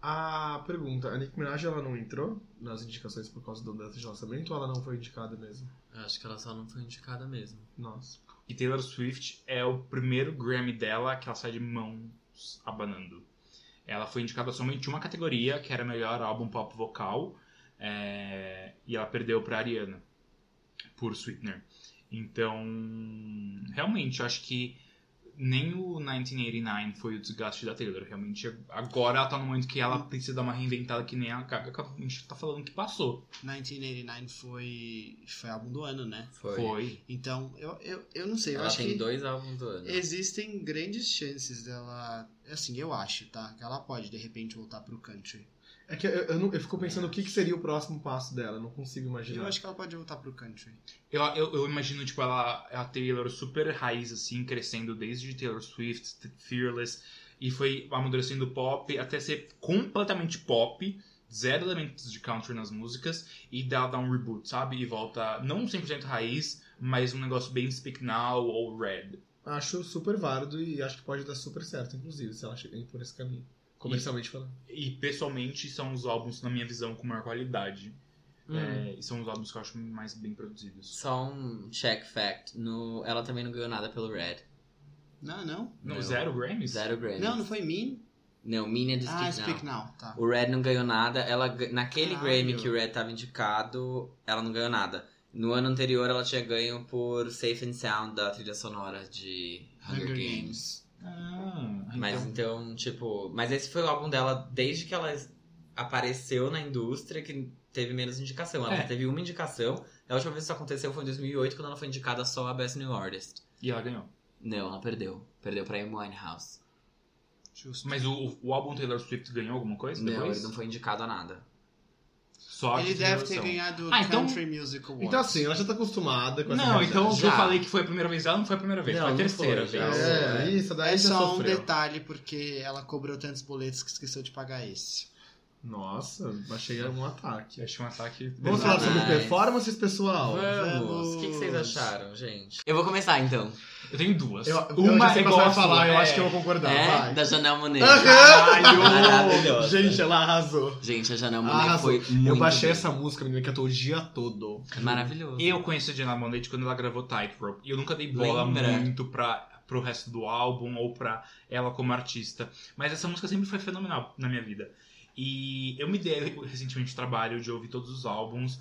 Speaker 3: A pergunta, a Nicki Minaj ela não entrou nas indicações por causa do data de lançamento ou ela não foi indicada mesmo?
Speaker 1: Eu acho que ela só não foi indicada mesmo.
Speaker 3: Nossa.
Speaker 4: E Taylor Swift é o primeiro Grammy dela que ela sai de mãos abanando. Ela foi indicada somente uma categoria, que era melhor álbum pop vocal, é, e ela perdeu pra Ariana, por Sweetener. Então, realmente, eu acho que nem o 1989 foi o desgaste da Taylor. Realmente, agora ela tá no momento que ela precisa dar uma reinventada que nem a Gaga, que a gente tá falando que passou.
Speaker 2: 1989 foi foi álbum do ano, né?
Speaker 1: Foi.
Speaker 4: Foi.
Speaker 2: Então, eu, eu, eu não sei, eu
Speaker 1: Ela
Speaker 2: acho
Speaker 1: tem
Speaker 2: que
Speaker 1: dois álbuns do ano.
Speaker 2: Existem grandes chances dela. Assim, eu acho, tá? Que ela pode de repente voltar pro country.
Speaker 3: É que eu, eu, não- eu fico pensando o que, que seria o próximo passo dela, eu não consigo imaginar.
Speaker 2: Eu acho que ela pode voltar pro country.
Speaker 4: Eu, eu, eu imagino, tipo, ela, a Taylor super raiz, assim, crescendo desde Taylor Swift, T- Fearless, e foi amadurecendo pop até ser completamente pop, zero elementos de country nas músicas, e dá, dá um reboot, sabe? E volta, não 100% raiz, mas um negócio bem Speak Now ou Red.
Speaker 3: Acho super válido e acho que pode dar super certo, inclusive, se ela chegar por esse caminho. Comercialmente falando.
Speaker 4: E, pessoalmente, são os álbuns, na minha visão, com maior qualidade.
Speaker 1: Hum.
Speaker 4: É, e são os álbuns que eu acho mais bem produzidos.
Speaker 1: Só um check fact. No... Ela também não ganhou nada pelo Red.
Speaker 2: Não, não.
Speaker 4: Não,
Speaker 1: Não.
Speaker 4: zero Grammys?
Speaker 1: Zero Grammy.
Speaker 2: Não, não foi mim.
Speaker 1: Não, Minha de
Speaker 2: Ah,
Speaker 1: Speak Now.
Speaker 2: Speak Now, tá.
Speaker 1: O Red não ganhou nada. Ela, ga- naquele
Speaker 2: Caralho.
Speaker 1: Grammy que o Red tava indicado, ela não ganhou nada. No ano anterior, ela tinha ganho por Safe and Sound da trilha sonora de Hunger,
Speaker 2: Hunger
Speaker 1: Games.
Speaker 2: Games.
Speaker 4: Ah,
Speaker 1: Mas
Speaker 4: então-
Speaker 1: então, tipo. Mas esse foi o álbum dela desde que ela es- apareceu na indústria que teve menos indicação. Ela
Speaker 4: É.
Speaker 1: teve uma indicação. A última vez que isso aconteceu foi em 2008, quando ela foi indicada só a Best New Artist.
Speaker 4: E ela ganhou.
Speaker 1: Não, ela perdeu. Perdeu pra Amy Winehouse.
Speaker 2: Justo.
Speaker 4: Mas o, o álbum Taylor Swift ganhou alguma coisa
Speaker 1: Não,
Speaker 4: depois?
Speaker 1: ele não foi indicado a nada.
Speaker 4: Só a
Speaker 2: Ele deve ter
Speaker 4: continuação.
Speaker 2: ganhado
Speaker 4: Ah, então-
Speaker 2: Country Music Awards.
Speaker 3: Então assim, ela já tá acostumada com essa
Speaker 4: Não, então
Speaker 3: realidade.
Speaker 4: eu
Speaker 1: Já.
Speaker 4: falei que foi a primeira vez dela, não foi a primeira vez,
Speaker 1: Não,
Speaker 4: foi a
Speaker 1: não
Speaker 4: terceira
Speaker 1: foi, já.
Speaker 4: vez.
Speaker 3: É, isso daí
Speaker 2: É
Speaker 3: já
Speaker 2: só um
Speaker 3: sofreu.
Speaker 2: detalhe, porque ela cobrou tantos boletos que esqueceu de pagar esse.
Speaker 3: Nossa, achei um ataque.
Speaker 4: Achei um ataque.
Speaker 3: Vamos
Speaker 2: Mas-
Speaker 3: falar sobre
Speaker 1: Mas-
Speaker 3: performances, pessoal?
Speaker 1: Vamos! O que, que vocês acharam, gente? Eu vou começar então.
Speaker 4: Eu tenho duas.
Speaker 3: Eu, eu
Speaker 4: Uma
Speaker 3: já sei
Speaker 4: é
Speaker 3: o que você
Speaker 4: igual
Speaker 3: vai
Speaker 4: a sua,
Speaker 3: falar, eu
Speaker 4: é.
Speaker 3: acho que eu vou concordar.
Speaker 1: é,
Speaker 3: Tá, vai.
Speaker 1: da Janelle Monáe.
Speaker 3: Caralho!
Speaker 1: Maravilhosa.
Speaker 3: Gente, Ah, ela arrasou.
Speaker 1: Gente, a Janelle Monáe
Speaker 3: Arrasou.
Speaker 1: foi muito
Speaker 3: eu baixei
Speaker 1: bem.
Speaker 3: essa música, menina, que eu tô o dia todo.
Speaker 1: Maravilhoso.
Speaker 4: Eu conheço a Jenna Monet quando ela gravou Tightrope. E eu nunca dei bola
Speaker 1: Lembra?
Speaker 4: muito pra, pro resto do álbum ou pra ela como artista. Mas essa música sempre foi fenomenal na minha vida. E eu me dei recentemente o trabalho de ouvir todos os álbuns.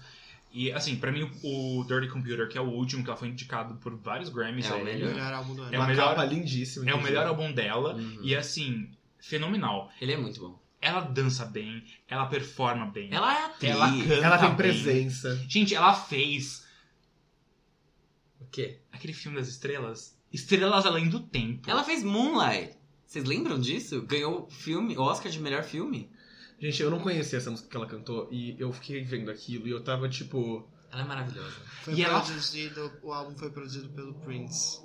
Speaker 4: E assim, pra mim o o Dirty Computer, que é o último, que ela foi indicada por vários Grammys
Speaker 1: É o
Speaker 4: aí,
Speaker 1: melhor.
Speaker 2: Melhor álbum do ano.
Speaker 4: É o
Speaker 3: uma
Speaker 4: melhor-
Speaker 3: capa lindíssima.
Speaker 4: É o
Speaker 3: inclusive.
Speaker 4: melhor álbum dela.
Speaker 1: Uhum.
Speaker 4: E assim, fenomenal.
Speaker 1: Ele é muito bom.
Speaker 4: Ela dança bem, ela performa bem.
Speaker 1: Ela é atriz.
Speaker 4: Ela canta.
Speaker 3: Ela tem
Speaker 4: bem.
Speaker 3: presença.
Speaker 4: Gente, ela fez
Speaker 1: O quê?
Speaker 4: aquele filme das estrelas. Estrelas Além do Tempo.
Speaker 1: Ela fez Moonlight. Vocês lembram disso? Ganhou o filme, Oscar de melhor filme.
Speaker 3: Gente, eu não conhecia essa música que ela cantou e eu fiquei vendo aquilo e eu tava tipo.
Speaker 1: Ela é maravilhosa.
Speaker 2: Foi
Speaker 4: E ela-
Speaker 2: produzido, o álbum foi produzido pelo Prince.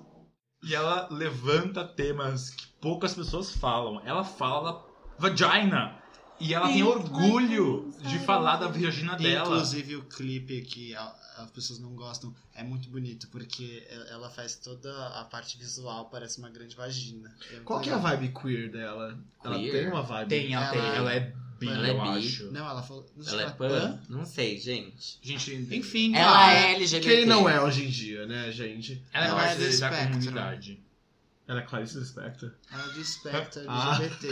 Speaker 4: E ela levanta temas que poucas pessoas falam. Ela fala da vagina. E ela tem orgulho de falar da vagina dela.
Speaker 2: Inclusive o clipe que a- as pessoas não gostam é muito bonito, porque e- ela faz toda a parte visual, parece uma grande vagina. É muito
Speaker 3: Qual que é a
Speaker 2: legal.
Speaker 3: vibe queer dela? Ela
Speaker 1: Queer?
Speaker 3: tem uma vibe.
Speaker 4: Tem, ela, tem.
Speaker 2: Ela-
Speaker 4: Ela é bi,
Speaker 1: Ela é
Speaker 4: eu
Speaker 1: bi.
Speaker 4: acho.
Speaker 2: Não, ela falou. Não sei
Speaker 1: Ela é
Speaker 2: lá, hã?
Speaker 1: pan? Não sei, gente.
Speaker 4: Gente,
Speaker 2: Enfim,
Speaker 1: Ela
Speaker 2: cara.
Speaker 1: é LGBT.
Speaker 3: Quem não é hoje em dia, né, gente?
Speaker 4: ela é
Speaker 2: ela
Speaker 4: parte
Speaker 2: é do
Speaker 4: da
Speaker 2: espectro.
Speaker 4: comunidade.
Speaker 3: Ela é Clarice Lispector.
Speaker 2: Ela é do espectro
Speaker 3: Ah.
Speaker 2: LGBT.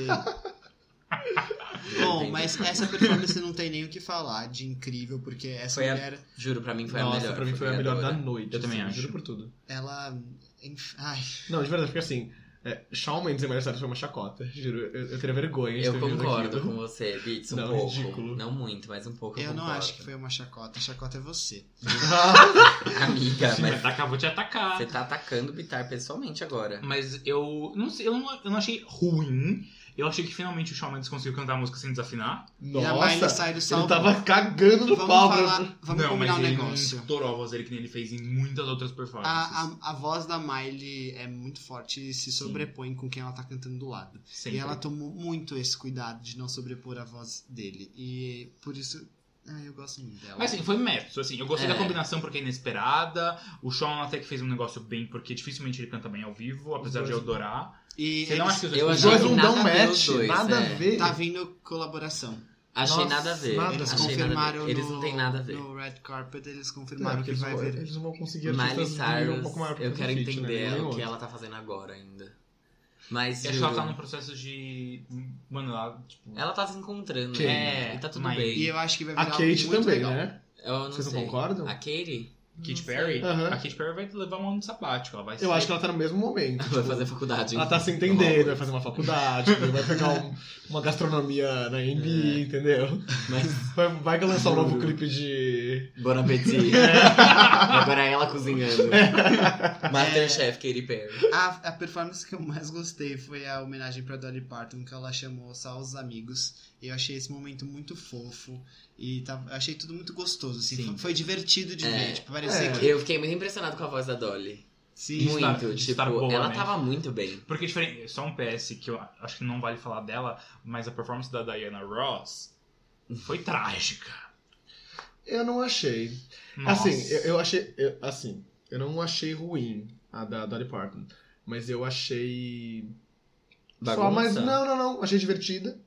Speaker 2: Bom, mas essa performance não tem nem o que falar de incrível, porque essa
Speaker 1: Foi a-
Speaker 2: mulher,
Speaker 1: Juro, pra mim foi
Speaker 3: Nossa,
Speaker 1: a melhor.
Speaker 3: pra mim foi a melhor da
Speaker 1: ganhadora.
Speaker 3: noite.
Speaker 4: Eu também
Speaker 3: assim,
Speaker 4: acho.
Speaker 3: Juro por tudo.
Speaker 2: ela. enf- Ai,
Speaker 3: Não, de verdade, porque assim, é, Shawn Mendes e Miley Cyrus foi uma chacota. Juro, eu, eu teria vergonha de
Speaker 1: Eu
Speaker 3: ter visto
Speaker 1: concordo
Speaker 3: aquilo.
Speaker 1: com você, Beats, um
Speaker 3: Não,
Speaker 1: pouco.
Speaker 3: ridículo.
Speaker 1: Não muito, mas um pouco.
Speaker 2: eu não
Speaker 1: concordo.
Speaker 2: acho que foi uma chacota. A chacota é você.
Speaker 1: Amiga,
Speaker 4: Se me
Speaker 1: mas
Speaker 4: atacar, vou te atacar.
Speaker 1: você tá atacando o Bitar pessoalmente agora.
Speaker 4: Mas eu não sei, eu não, eu não achei ruim. Eu achei que finalmente o Shawn Mendes conseguiu cantar a música sem desafinar.
Speaker 2: e a Miley
Speaker 3: Nossa,
Speaker 2: Cyrus
Speaker 3: ele
Speaker 2: salvou.
Speaker 3: tava cagando no
Speaker 2: Vamos
Speaker 3: pau. né? pra-
Speaker 2: falar, vamos
Speaker 4: não,
Speaker 2: combinar
Speaker 4: mas
Speaker 2: um
Speaker 4: ele
Speaker 2: negócio. Ah,
Speaker 4: não estourou a voz dele que nem ele fez em muitas outras performances.
Speaker 2: A, a, a voz da Miley é muito forte e se sobrepõe com quem ela tá cantando do lado.
Speaker 4: Sempre.
Speaker 2: E ela tomou muito esse cuidado de não sobrepor a voz dele. E por isso. Ah, eu gosto muito dela.
Speaker 4: Mas assim, foi método, assim, eu gostei
Speaker 1: É.
Speaker 4: da combinação porque é inesperada, o Shawn até que fez um negócio bem, porque dificilmente ele canta bem ao vivo, apesar de eu adorar.
Speaker 2: e
Speaker 4: Você não
Speaker 2: eles-
Speaker 4: acha que os
Speaker 1: eu
Speaker 4: dois
Speaker 3: Os
Speaker 1: achei
Speaker 3: dois
Speaker 1: que
Speaker 3: não
Speaker 1: nada
Speaker 3: dão
Speaker 1: a ver os
Speaker 3: match,
Speaker 1: dois,
Speaker 3: nada
Speaker 1: é.
Speaker 3: a ver.
Speaker 2: tá vindo colaboração.
Speaker 1: Achei
Speaker 3: Nossa,
Speaker 1: nada a ver.
Speaker 3: nada.
Speaker 2: Eles
Speaker 1: achei nada a
Speaker 2: confirmaram
Speaker 1: ver. Eles
Speaker 2: no,
Speaker 1: não têm nada a ver.
Speaker 2: no Red Carpet, eles
Speaker 3: É,
Speaker 2: confirmaram
Speaker 3: porque
Speaker 2: que vai
Speaker 3: eles, vão,
Speaker 2: ver.
Speaker 3: eles não vão conseguir
Speaker 1: Miley
Speaker 3: artistas de nível
Speaker 1: Cyrus,
Speaker 3: um pouco maior pra
Speaker 1: eu
Speaker 3: fazer
Speaker 1: quero
Speaker 3: feat,
Speaker 1: entender
Speaker 3: né?
Speaker 1: ela,
Speaker 3: Nenhum
Speaker 1: o que
Speaker 3: outro.
Speaker 1: ela tá fazendo agora ainda. Mas
Speaker 4: E acho que ela
Speaker 1: juro,
Speaker 4: tá num processo de. Mano, ela, tipo.
Speaker 1: ela tá se encontrando,
Speaker 3: Quem?
Speaker 1: né? E tá tudo
Speaker 4: Mas-
Speaker 2: E
Speaker 1: bem.
Speaker 2: eu acho que vai
Speaker 3: A
Speaker 2: virar
Speaker 3: Kate
Speaker 2: algo muito
Speaker 3: também,
Speaker 2: legal.
Speaker 3: né?
Speaker 1: Eu não
Speaker 3: Vocês não
Speaker 1: sei.
Speaker 3: concordam?
Speaker 1: A Katie?
Speaker 4: Katy
Speaker 1: Não
Speaker 4: Perry?
Speaker 3: Aham.
Speaker 4: A Katy Perry vai levar um ano de sabático, ela vai
Speaker 3: Eu acho que ela tá no mesmo momento.
Speaker 1: Vai fazer faculdade.
Speaker 3: Ela tá se entendendo, vai fazer uma faculdade, vai pegar um- uma gastronomia na
Speaker 1: É.
Speaker 3: MB, entendeu?
Speaker 1: Mas,
Speaker 3: Vai, vai que lançar um novo clipe de.
Speaker 1: bon appetit.
Speaker 3: É.
Speaker 1: É Agora ela cozinhando. Masterchef Katy Perry.
Speaker 2: A, a performance que eu mais gostei foi a homenagem pra Dolly Parton, que ela chamou só os amigos. E eu achei esse momento muito fofo. E tá, eu achei tudo muito gostoso, assim.
Speaker 4: Sim.
Speaker 2: Foi, foi divertido de
Speaker 1: É.
Speaker 2: ver. Tipo, parecia
Speaker 3: É.
Speaker 2: que.
Speaker 1: Eu fiquei muito impressionado com a voz da Dolly.
Speaker 2: Sim.
Speaker 1: muito,
Speaker 4: estar-
Speaker 1: tipo,
Speaker 4: de estar boa,
Speaker 1: ela
Speaker 4: né?
Speaker 1: tava muito bem.
Speaker 4: Porque diferente. Só um PS que eu acho que não vale falar dela, mas a performance da Diana Ross foi trágica.
Speaker 3: Eu não achei.
Speaker 4: Nossa.
Speaker 3: Assim, eu, eu achei. eu- assim, eu não achei ruim a da Dolly Parton. Mas eu achei. Só, mas
Speaker 1: Bagunça.
Speaker 3: não, não, não. Achei divertida.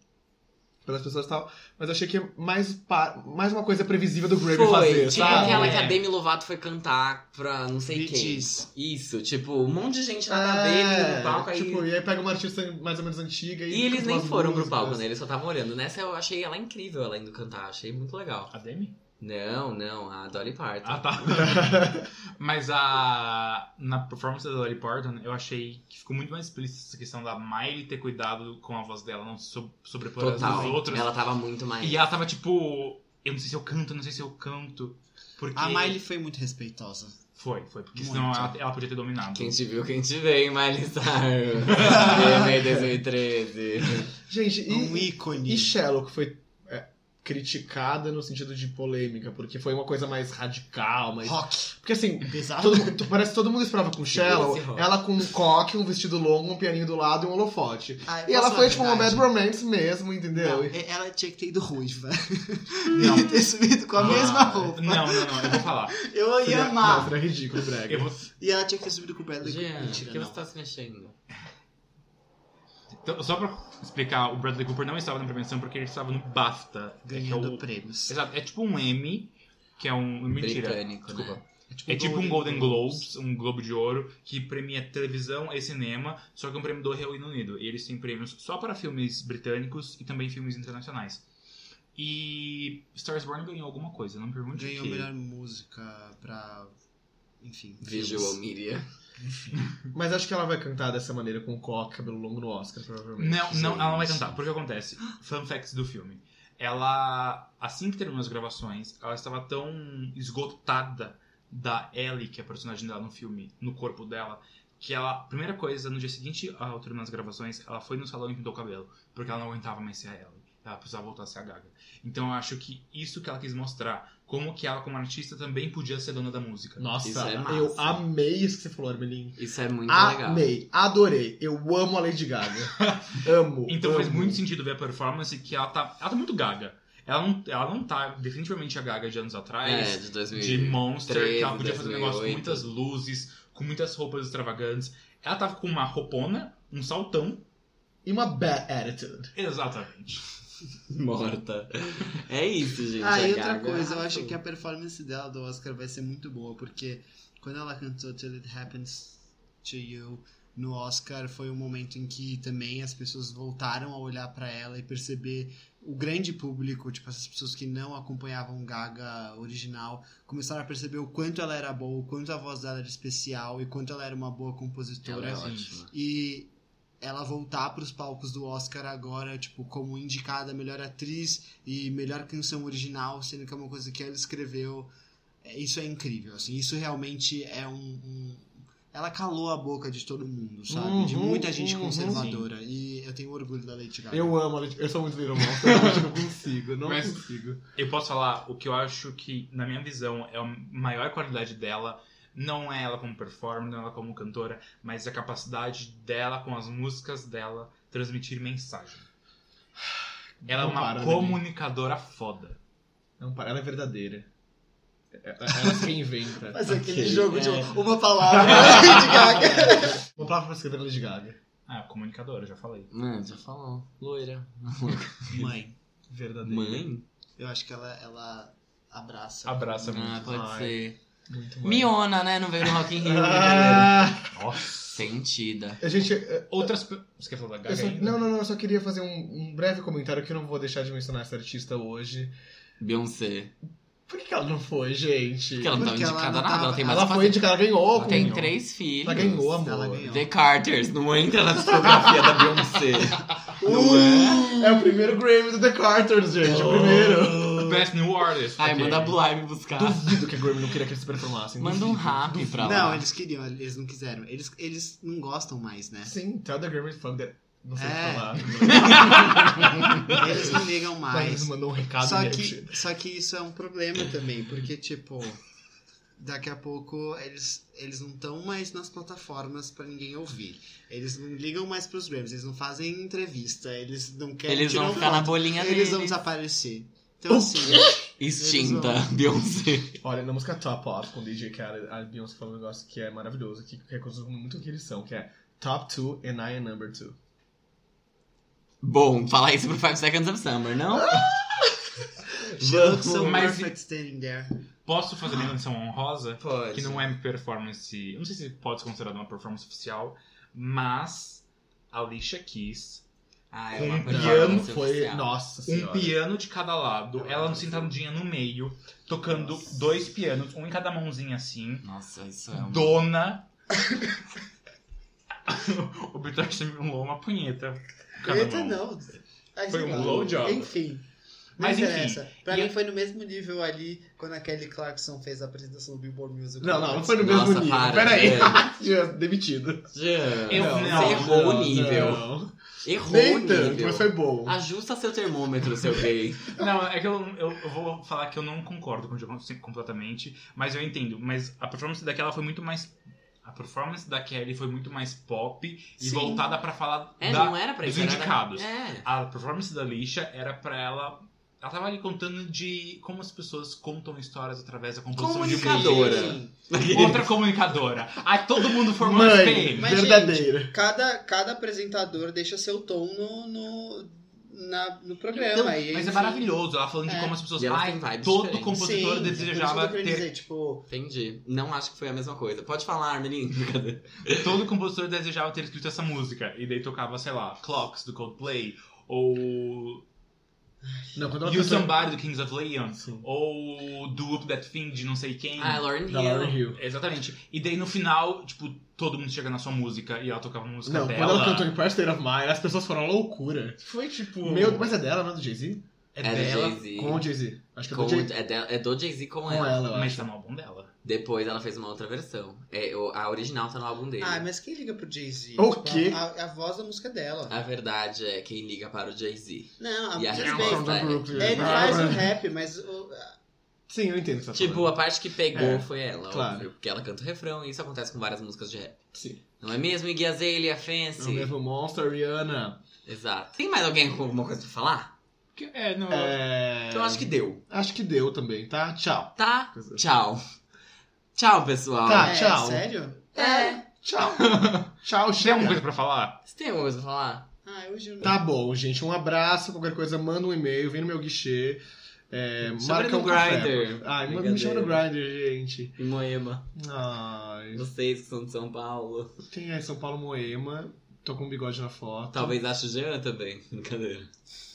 Speaker 3: Pelas pessoas e tal. Mas achei que é mais, pa- mais uma coisa previsível do Grammy
Speaker 1: foi,
Speaker 3: fazer,
Speaker 1: tipo
Speaker 3: sabe?
Speaker 1: aquela que a
Speaker 4: É.
Speaker 1: Demi Lovato foi cantar pra não sei quem.
Speaker 2: Bitches.
Speaker 1: Isso, tipo, um monte de gente nada a ver, menino no palco, aí...
Speaker 3: Tipo, e aí pega uma artista mais ou menos antiga e.
Speaker 1: E eles
Speaker 3: canta
Speaker 1: nem
Speaker 3: umas
Speaker 1: foram pro
Speaker 3: músicas.
Speaker 1: palco, né? Eles só estavam olhando. Nessa eu achei ela incrível, ela indo cantar. Achei muito legal.
Speaker 4: A Demi?
Speaker 1: Não, não, a Dolly Parton.
Speaker 4: Ah, tá. Mas a. Na performance da Dolly Parton, eu achei que ficou muito mais explícita essa questão da Miley ter cuidado com a voz dela, não so- sobrepor as
Speaker 1: Total.
Speaker 4: dos outros.
Speaker 1: Ela tava muito mais.
Speaker 4: E ela tava tipo. Eu não sei se eu canto, não sei se eu canto. Porque.
Speaker 2: A Miley foi muito respeitosa.
Speaker 4: Foi, foi. Porque senão
Speaker 2: Muito.
Speaker 4: ela, ela podia ter dominado.
Speaker 1: Quem te viu, quem te vê, hein, Miley Cyrus. Bebê 2013.
Speaker 3: Gente, e.
Speaker 2: Um
Speaker 3: E
Speaker 2: ícone.
Speaker 3: Shallow, que foi é, criticada no sentido de polêmica, porque foi uma coisa mais radical, mais.
Speaker 2: Rock.
Speaker 3: Porque assim,
Speaker 2: Pesado.
Speaker 3: todo mundo- parece que todo mundo esperava com Shallow,
Speaker 1: Esse rock.
Speaker 3: ela com um coque, um vestido longo, um pianinho do lado e um holofote.
Speaker 2: Ah, eu
Speaker 3: E
Speaker 2: posso
Speaker 3: ela
Speaker 2: falar
Speaker 3: foi
Speaker 2: a
Speaker 3: tipo uma
Speaker 2: verdade?
Speaker 3: bad romance mesmo, entendeu?
Speaker 2: Não, e- ela tinha que ter ido ruiva.
Speaker 4: Não.
Speaker 2: Devia ter subido com a
Speaker 4: Ah,
Speaker 2: mesma roupa.
Speaker 4: Não, não, não, eu vou falar.
Speaker 2: Eu ia
Speaker 3: Seria- Não,
Speaker 2: amar.
Speaker 3: seria ridículo, brega.
Speaker 4: Eu vou...
Speaker 2: E ela tinha que ter subido com o Bradley Cooper.
Speaker 1: Jean, o
Speaker 2: Mentira,
Speaker 1: que
Speaker 2: não.
Speaker 1: você tá se mexendo?
Speaker 4: então, só pra explicar, o Bradley Cooper não estava na premiação porque ele estava no BAFTA.
Speaker 2: Ganhando
Speaker 4: é, que é o-
Speaker 2: prêmios.
Speaker 4: Exato, é tipo um M, que é um. Mentira.
Speaker 1: Britânico,
Speaker 4: Desculpa.
Speaker 1: né?
Speaker 4: É tipo um Golden Globes, um Globo de Ouro, que premia televisão e cinema, só que é um prêmio do Reino Unido. E eles têm prêmios só para filmes britânicos e também filmes internacionais. E Stars Born ganhou alguma coisa, não me pergunte
Speaker 2: Ganhou
Speaker 4: o quê.
Speaker 2: melhor música pra. Enfim.
Speaker 1: Visual media.
Speaker 3: Mas acho que ela vai cantar dessa maneira com coque, cabelo longo no Oscar, provavelmente.
Speaker 4: Não, não, ela não vai
Speaker 2: Gente.
Speaker 4: cantar. Porque acontece, fun facts do filme. Ela, assim que terminou as gravações, ela estava tão esgotada da Ellie, que é a personagem dela no filme, no corpo dela, que ela, primeira coisa, no dia seguinte ao terminar as gravações, ela foi no salão e pintou o cabelo, porque ela não aguentava mais ser a Ellie. Ela precisava voltar a ser a Gaga. Então eu acho que isso que ela quis mostrar. Como que ela, como artista, também podia ser dona da música.
Speaker 1: Isso
Speaker 3: Nossa,
Speaker 1: é massa.
Speaker 3: eu amei isso que você falou, Armelin.
Speaker 1: Isso é muito
Speaker 2: Ah,
Speaker 1: legal.
Speaker 3: Amei, adorei. Eu amo a Lady Gaga. amo.
Speaker 4: Então faz
Speaker 3: amo.
Speaker 4: muito sentido ver a performance que ela tá. Ela tá muito gaga. Ela não, ela não tá definitivamente a gaga de anos
Speaker 1: É,
Speaker 4: atrás.
Speaker 1: de 2000.
Speaker 4: de Monster, que
Speaker 1: 13,
Speaker 4: ela podia fazer um negócio com
Speaker 1: 2008.
Speaker 4: muitas luzes, com muitas roupas extravagantes. Ela tava com uma roupona, um saltão.
Speaker 3: E uma bad attitude.
Speaker 4: Exatamente.
Speaker 1: Morta. É isso, gente.
Speaker 2: Ah,
Speaker 1: a
Speaker 2: e outra
Speaker 1: Gaga
Speaker 2: coisa, eu acho
Speaker 1: arrasou.
Speaker 2: que a performance dela do Oscar vai ser muito boa, porque quando ela cantou Till It Happens to You no Oscar, foi um momento em que também as pessoas voltaram a olhar pra ela e perceber o grande público, tipo, essas pessoas que não acompanhavam Gaga original, começaram a perceber o quanto ela era boa, o quanto a voz dela era especial e quanto ela era uma boa
Speaker 1: Ela
Speaker 2: compositora.
Speaker 1: é
Speaker 4: Assim,
Speaker 1: ótima.
Speaker 2: e ela voltar para os palcos do Oscar agora, tipo, como indicada a melhor atriz e melhor canção original, sendo que é uma coisa que ela escreveu. É, Isso é incrível, assim, isso realmente é um. um- Ela calou a boca de todo mundo, sabe? de
Speaker 3: Uhum,
Speaker 2: muita gente
Speaker 3: uhum,
Speaker 2: conservadora. E eu tenho orgulho da Lady Gaga.
Speaker 3: Eu amo a Lady Eu sou muito Little Monster, eu acho que eu consigo. Não
Speaker 4: Mas-
Speaker 3: consigo.
Speaker 4: Eu posso falar o que eu acho que, na minha visão, é a maior qualidade dela. Não é ela como performer, não é ela como cantora, mas a capacidade dela com as músicas dela transmitir mensagem. Ela é
Speaker 3: Não
Speaker 4: uma
Speaker 3: para, né,
Speaker 4: comunicadora foda.
Speaker 3: Não, para, ela é verdadeira. É, Ela, ela se reinventa.
Speaker 2: Mas aquele
Speaker 1: Ok,
Speaker 2: jogo de
Speaker 1: é.
Speaker 2: uma palavra né, Lady Gaga.
Speaker 3: Uma palavra pra escrever Lady Gaga.
Speaker 4: Ah, comunicadora, já falei.
Speaker 1: Mano, já falou. Loira.
Speaker 2: Mãe,
Speaker 3: Verdadeira.
Speaker 1: Mãe?
Speaker 2: eu acho que ela, ela abraça.
Speaker 4: Abraça
Speaker 1: Ah,
Speaker 4: é muito.
Speaker 1: pode
Speaker 3: Ai.
Speaker 1: ser.
Speaker 3: Muito mãe.
Speaker 1: Miona, né? Não veio no Rock in Rio, né,
Speaker 3: Ah,
Speaker 4: Nossa.
Speaker 1: Sentida.
Speaker 3: a gente, eh,
Speaker 4: Outras. pe- Você quer falar da
Speaker 3: eu
Speaker 4: Gaga
Speaker 3: só-
Speaker 4: ainda?
Speaker 3: não, não, não, eu só queria fazer um, um breve comentário que eu não vou deixar de mencionar essa artista hoje.
Speaker 1: Beyoncé.
Speaker 3: Por que, que ela não foi, gente?
Speaker 1: Porque ela não tava
Speaker 2: Porque ela
Speaker 1: indicada
Speaker 2: não
Speaker 1: a nada,
Speaker 2: tava.
Speaker 1: ela tem mais
Speaker 3: Ela
Speaker 1: o que
Speaker 3: foi
Speaker 1: fazer.
Speaker 3: indicada, ela ganhou.
Speaker 1: Ela tem
Speaker 3: ganhou.
Speaker 1: três filhos.
Speaker 3: Ela ganhou, amor.
Speaker 2: Ela ganhou.
Speaker 1: The Carters, não entra na discografia da Beyoncé. Não é?
Speaker 3: É o primeiro Grammy do The Carters, gente. O primeiro.
Speaker 4: Best New Artist.
Speaker 3: Ah,
Speaker 1: Ai,
Speaker 4: ok.
Speaker 1: manda a Bly me buscar.
Speaker 3: Duvido que a Grammy não queria que eles se performassem.
Speaker 1: Manda
Speaker 3: duvido.
Speaker 1: um rap pra lá.
Speaker 2: Não, eles queriam, eles não quiseram. Eles, eles não gostam mais, né?
Speaker 3: Sim, tell the Grammy fuck that. Não sei o
Speaker 2: É.
Speaker 3: que falar.
Speaker 2: Eles não ligam
Speaker 3: Mas
Speaker 2: mais.
Speaker 3: eles mandou um recado
Speaker 2: Só
Speaker 3: e
Speaker 2: que, só que isso é um problema também, porque, tipo, daqui a pouco eles, eles não estão mais nas plataformas pra ninguém ouvir. Eles não ligam mais pros Grammys, eles não fazem entrevista, eles não querem.
Speaker 1: Eles
Speaker 2: tirar
Speaker 1: vão ficar na
Speaker 2: foto,
Speaker 1: bolinha
Speaker 2: Eles vão
Speaker 1: deles.
Speaker 2: desaparecer. Então,
Speaker 3: O
Speaker 2: assim,
Speaker 1: Extinta,
Speaker 2: Eles
Speaker 1: Beyoncé.
Speaker 3: Olha, na música Top Off com DJ Khaled, a Beyoncé falou um negócio que é maravilhoso, que reconstruiu muito o que eles são, que é Top 2 and I am number 2.
Speaker 1: Bom, falar isso pro Five Seconds of Summer, não?
Speaker 2: she looks so
Speaker 4: Mas-
Speaker 2: perfect standing there.
Speaker 4: Posso fazer minha menção honrosa?
Speaker 1: Pode.
Speaker 4: Que não é performance. eu Não sei se pode ser considerada uma performance oficial, mas a Alicia Keys,
Speaker 1: Ah, é
Speaker 4: Com
Speaker 1: uma
Speaker 4: um
Speaker 1: performance
Speaker 3: piano
Speaker 1: oficial.
Speaker 3: foi. Nossa
Speaker 4: um
Speaker 3: senhora.
Speaker 4: piano de cada lado,
Speaker 3: Eu
Speaker 4: ela
Speaker 3: acho
Speaker 4: não sentadinha no meio, tocando dois pianos, um em cada mãozinha assim.
Speaker 1: Nossa, isso é um...
Speaker 4: Dona. o Vitor simulou uma punheta. com cada
Speaker 2: Eita,
Speaker 4: mão.
Speaker 2: não. Ai,
Speaker 4: Foi
Speaker 2: sei
Speaker 4: um
Speaker 2: lá.
Speaker 4: blowjob.
Speaker 2: Enfim. Não
Speaker 4: Mas
Speaker 2: interessa.
Speaker 4: enfim.
Speaker 2: Pra
Speaker 4: E
Speaker 2: mim
Speaker 4: eu-
Speaker 2: foi no mesmo nível ali quando a Kelly Clarkson fez a apresentação do Billboard Music.
Speaker 3: Não, não, não foi no
Speaker 1: Nossa,
Speaker 3: mesmo nível.
Speaker 1: para,
Speaker 3: Peraí.
Speaker 1: é.
Speaker 3: Já demitido.
Speaker 1: Eu,
Speaker 4: Não,
Speaker 1: não,
Speaker 4: não,
Speaker 1: você errou
Speaker 3: não,
Speaker 1: o nível.
Speaker 3: não.
Speaker 1: Errou o
Speaker 3: Nem tanto,
Speaker 1: nível. Ah,
Speaker 3: mas foi bom.
Speaker 1: Ajusta seu termômetro, seu gay.
Speaker 4: Não, é que eu, eu, eu vou falar que eu não concordo com o Diogo completamente, mas eu entendo. Mas a performance daquela foi muito mais. A performance da Kelly foi muito mais pop e
Speaker 1: Sim.
Speaker 4: voltada pra falar
Speaker 1: É,
Speaker 4: da.
Speaker 1: não era pra
Speaker 4: dos
Speaker 1: isso. era da-
Speaker 4: indicados.
Speaker 1: É.
Speaker 4: A performance da Lixa era pra ela. Ela tava ali contando de como as pessoas contam histórias através da composição
Speaker 1: Comunicadora.
Speaker 4: de música. Outra comunicadora. Aí todo mundo formou
Speaker 3: Mãe.
Speaker 4: um PM.
Speaker 2: Mas,
Speaker 3: Verdadeira.
Speaker 2: Cada, cada apresentador deixa seu tom no, no, na- no programa.
Speaker 4: Então,
Speaker 2: e,
Speaker 4: mas é
Speaker 2: enfim,
Speaker 4: maravilhoso ela falando
Speaker 2: É.
Speaker 4: de como as pessoas.
Speaker 1: E elas
Speaker 4: Ai,
Speaker 1: têm vibes
Speaker 4: todo
Speaker 1: diferentes."
Speaker 4: compositor
Speaker 2: sim, é por isso
Speaker 4: desejava
Speaker 2: que eu queria
Speaker 4: ter
Speaker 2: dizer, tipo,
Speaker 1: Entendi. Não acho que foi a mesma coisa. Pode falar, Armelin. Brincadeira.
Speaker 4: Todo compositor desejava ter escrito essa música. E daí tocava, sei lá, Clocks do Coldplay, ou
Speaker 3: Não, quando ela
Speaker 4: You
Speaker 3: cantou-
Speaker 4: Somebody do Kings of Leon,
Speaker 3: Sim.
Speaker 4: ou Do Up That Thing de não sei quem.
Speaker 1: Ah, Lauren
Speaker 3: Da Lauryn
Speaker 1: Hill.
Speaker 3: Hill.
Speaker 4: Exatamente. E daí no final, tipo, todo mundo chega na sua música e ela tocava a música
Speaker 3: Não, quando
Speaker 4: dela.
Speaker 3: ela cantou Empire State of Mind, as pessoas foram à loucura.
Speaker 4: Foi tipo.
Speaker 3: Meu, mas é dela, não é do Jay-Z?
Speaker 4: É
Speaker 1: Uh. É do
Speaker 4: dela,
Speaker 1: Jay-Z.
Speaker 3: Com o Jay-Z. Acho que é
Speaker 1: Com-
Speaker 3: do Jay-Z.
Speaker 1: é, dela- é do Jay-Z com,
Speaker 3: Com
Speaker 1: ela.
Speaker 3: ela, eu
Speaker 4: mas
Speaker 3: acho.
Speaker 4: tá no álbum dela.
Speaker 1: Depois ela fez uma outra versão. É, o- a original tá no álbum dele.
Speaker 5: Ah, mas quem liga pro Jay-Z?
Speaker 3: O
Speaker 5: Tipo,
Speaker 3: quê?
Speaker 5: A, a- a voz da música dela.
Speaker 1: A verdade é quem liga para o Jay-Z.
Speaker 5: Não,
Speaker 3: Ah,
Speaker 5: a
Speaker 1: E a é tipo,
Speaker 5: música
Speaker 1: Real
Speaker 5: bem.
Speaker 1: Sound of
Speaker 3: Brooklyn.
Speaker 5: Ele faz
Speaker 3: Ah,
Speaker 5: o rap, mas o-
Speaker 3: Sim, eu entendo o que você tá
Speaker 1: Tipo,
Speaker 3: falando.
Speaker 1: a parte que pegou
Speaker 3: É,
Speaker 1: foi ela,
Speaker 3: claro.
Speaker 1: óbvio. Porque ela canta o refrão e isso acontece com várias músicas de rap.
Speaker 3: Sim.
Speaker 1: Não é mesmo? Iggy Azalea,
Speaker 3: É
Speaker 1: Fancy.
Speaker 3: o mesmo Monster, Rihanna.
Speaker 1: Exato. Tem mais alguém com alguma coisa pra falar?
Speaker 4: Que- É, não.
Speaker 3: É...
Speaker 1: Eu acho que deu.
Speaker 3: Acho que deu também, tá? Tchau.
Speaker 1: Tá? Tchau. Tchau, pessoal.
Speaker 3: Tá. Ah,
Speaker 5: é,
Speaker 3: tchau.
Speaker 5: Sério?
Speaker 1: É.
Speaker 3: Tchau. Tchau,
Speaker 4: Tem alguma
Speaker 3: chega.
Speaker 4: coisa pra falar?
Speaker 1: Você tem alguma coisa pra falar?
Speaker 5: Ah, hoje eu não.
Speaker 3: Tá bom, gente. Um abraço. Qualquer coisa, manda um e-mail, vem no meu guichê. É,
Speaker 1: Chama
Speaker 3: marca
Speaker 1: ele no
Speaker 3: um café.
Speaker 1: Grindr.
Speaker 3: Ai, manda- me chama no Grindr, gente.
Speaker 1: Em Moema.
Speaker 3: Ai,
Speaker 1: Vocês que são de São Paulo.
Speaker 3: quem é São Paulo Moema? Tô com um bigode na foto.
Speaker 1: Talvez ache o Jean também. Brincadeira.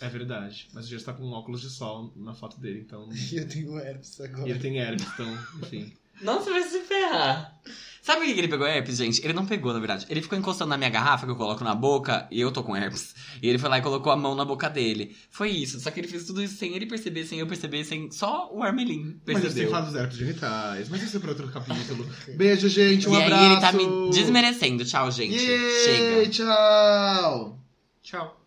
Speaker 3: É verdade. Mas o Jess tá com um óculos de sol na foto dele, então. E
Speaker 5: Eu tenho herpes agora.
Speaker 3: ele tem herpes, então, enfim.
Speaker 1: Nossa, vai se ferrar. Sabe o que que ele pegou herpes, gente? Ele não pegou, na verdade. Ele ficou encostando na minha garrafa que eu coloco na boca e eu tô com herpes. E ele foi lá e colocou a mão na boca dele. Foi isso. Só que ele fez tudo isso sem ele perceber, sem eu perceber, sem só o Armelin
Speaker 3: Mas eu tenho
Speaker 1: percebeu.
Speaker 3: falado dos herpes genitais. Mas isso é pra outro capítulo. Beijo, gente. Um
Speaker 1: e aí tá
Speaker 3: abraço.
Speaker 1: ele tá me desmerecendo. Tchau, gente.
Speaker 3: Yay,
Speaker 1: Chega.
Speaker 3: Tchau.
Speaker 4: Tchau.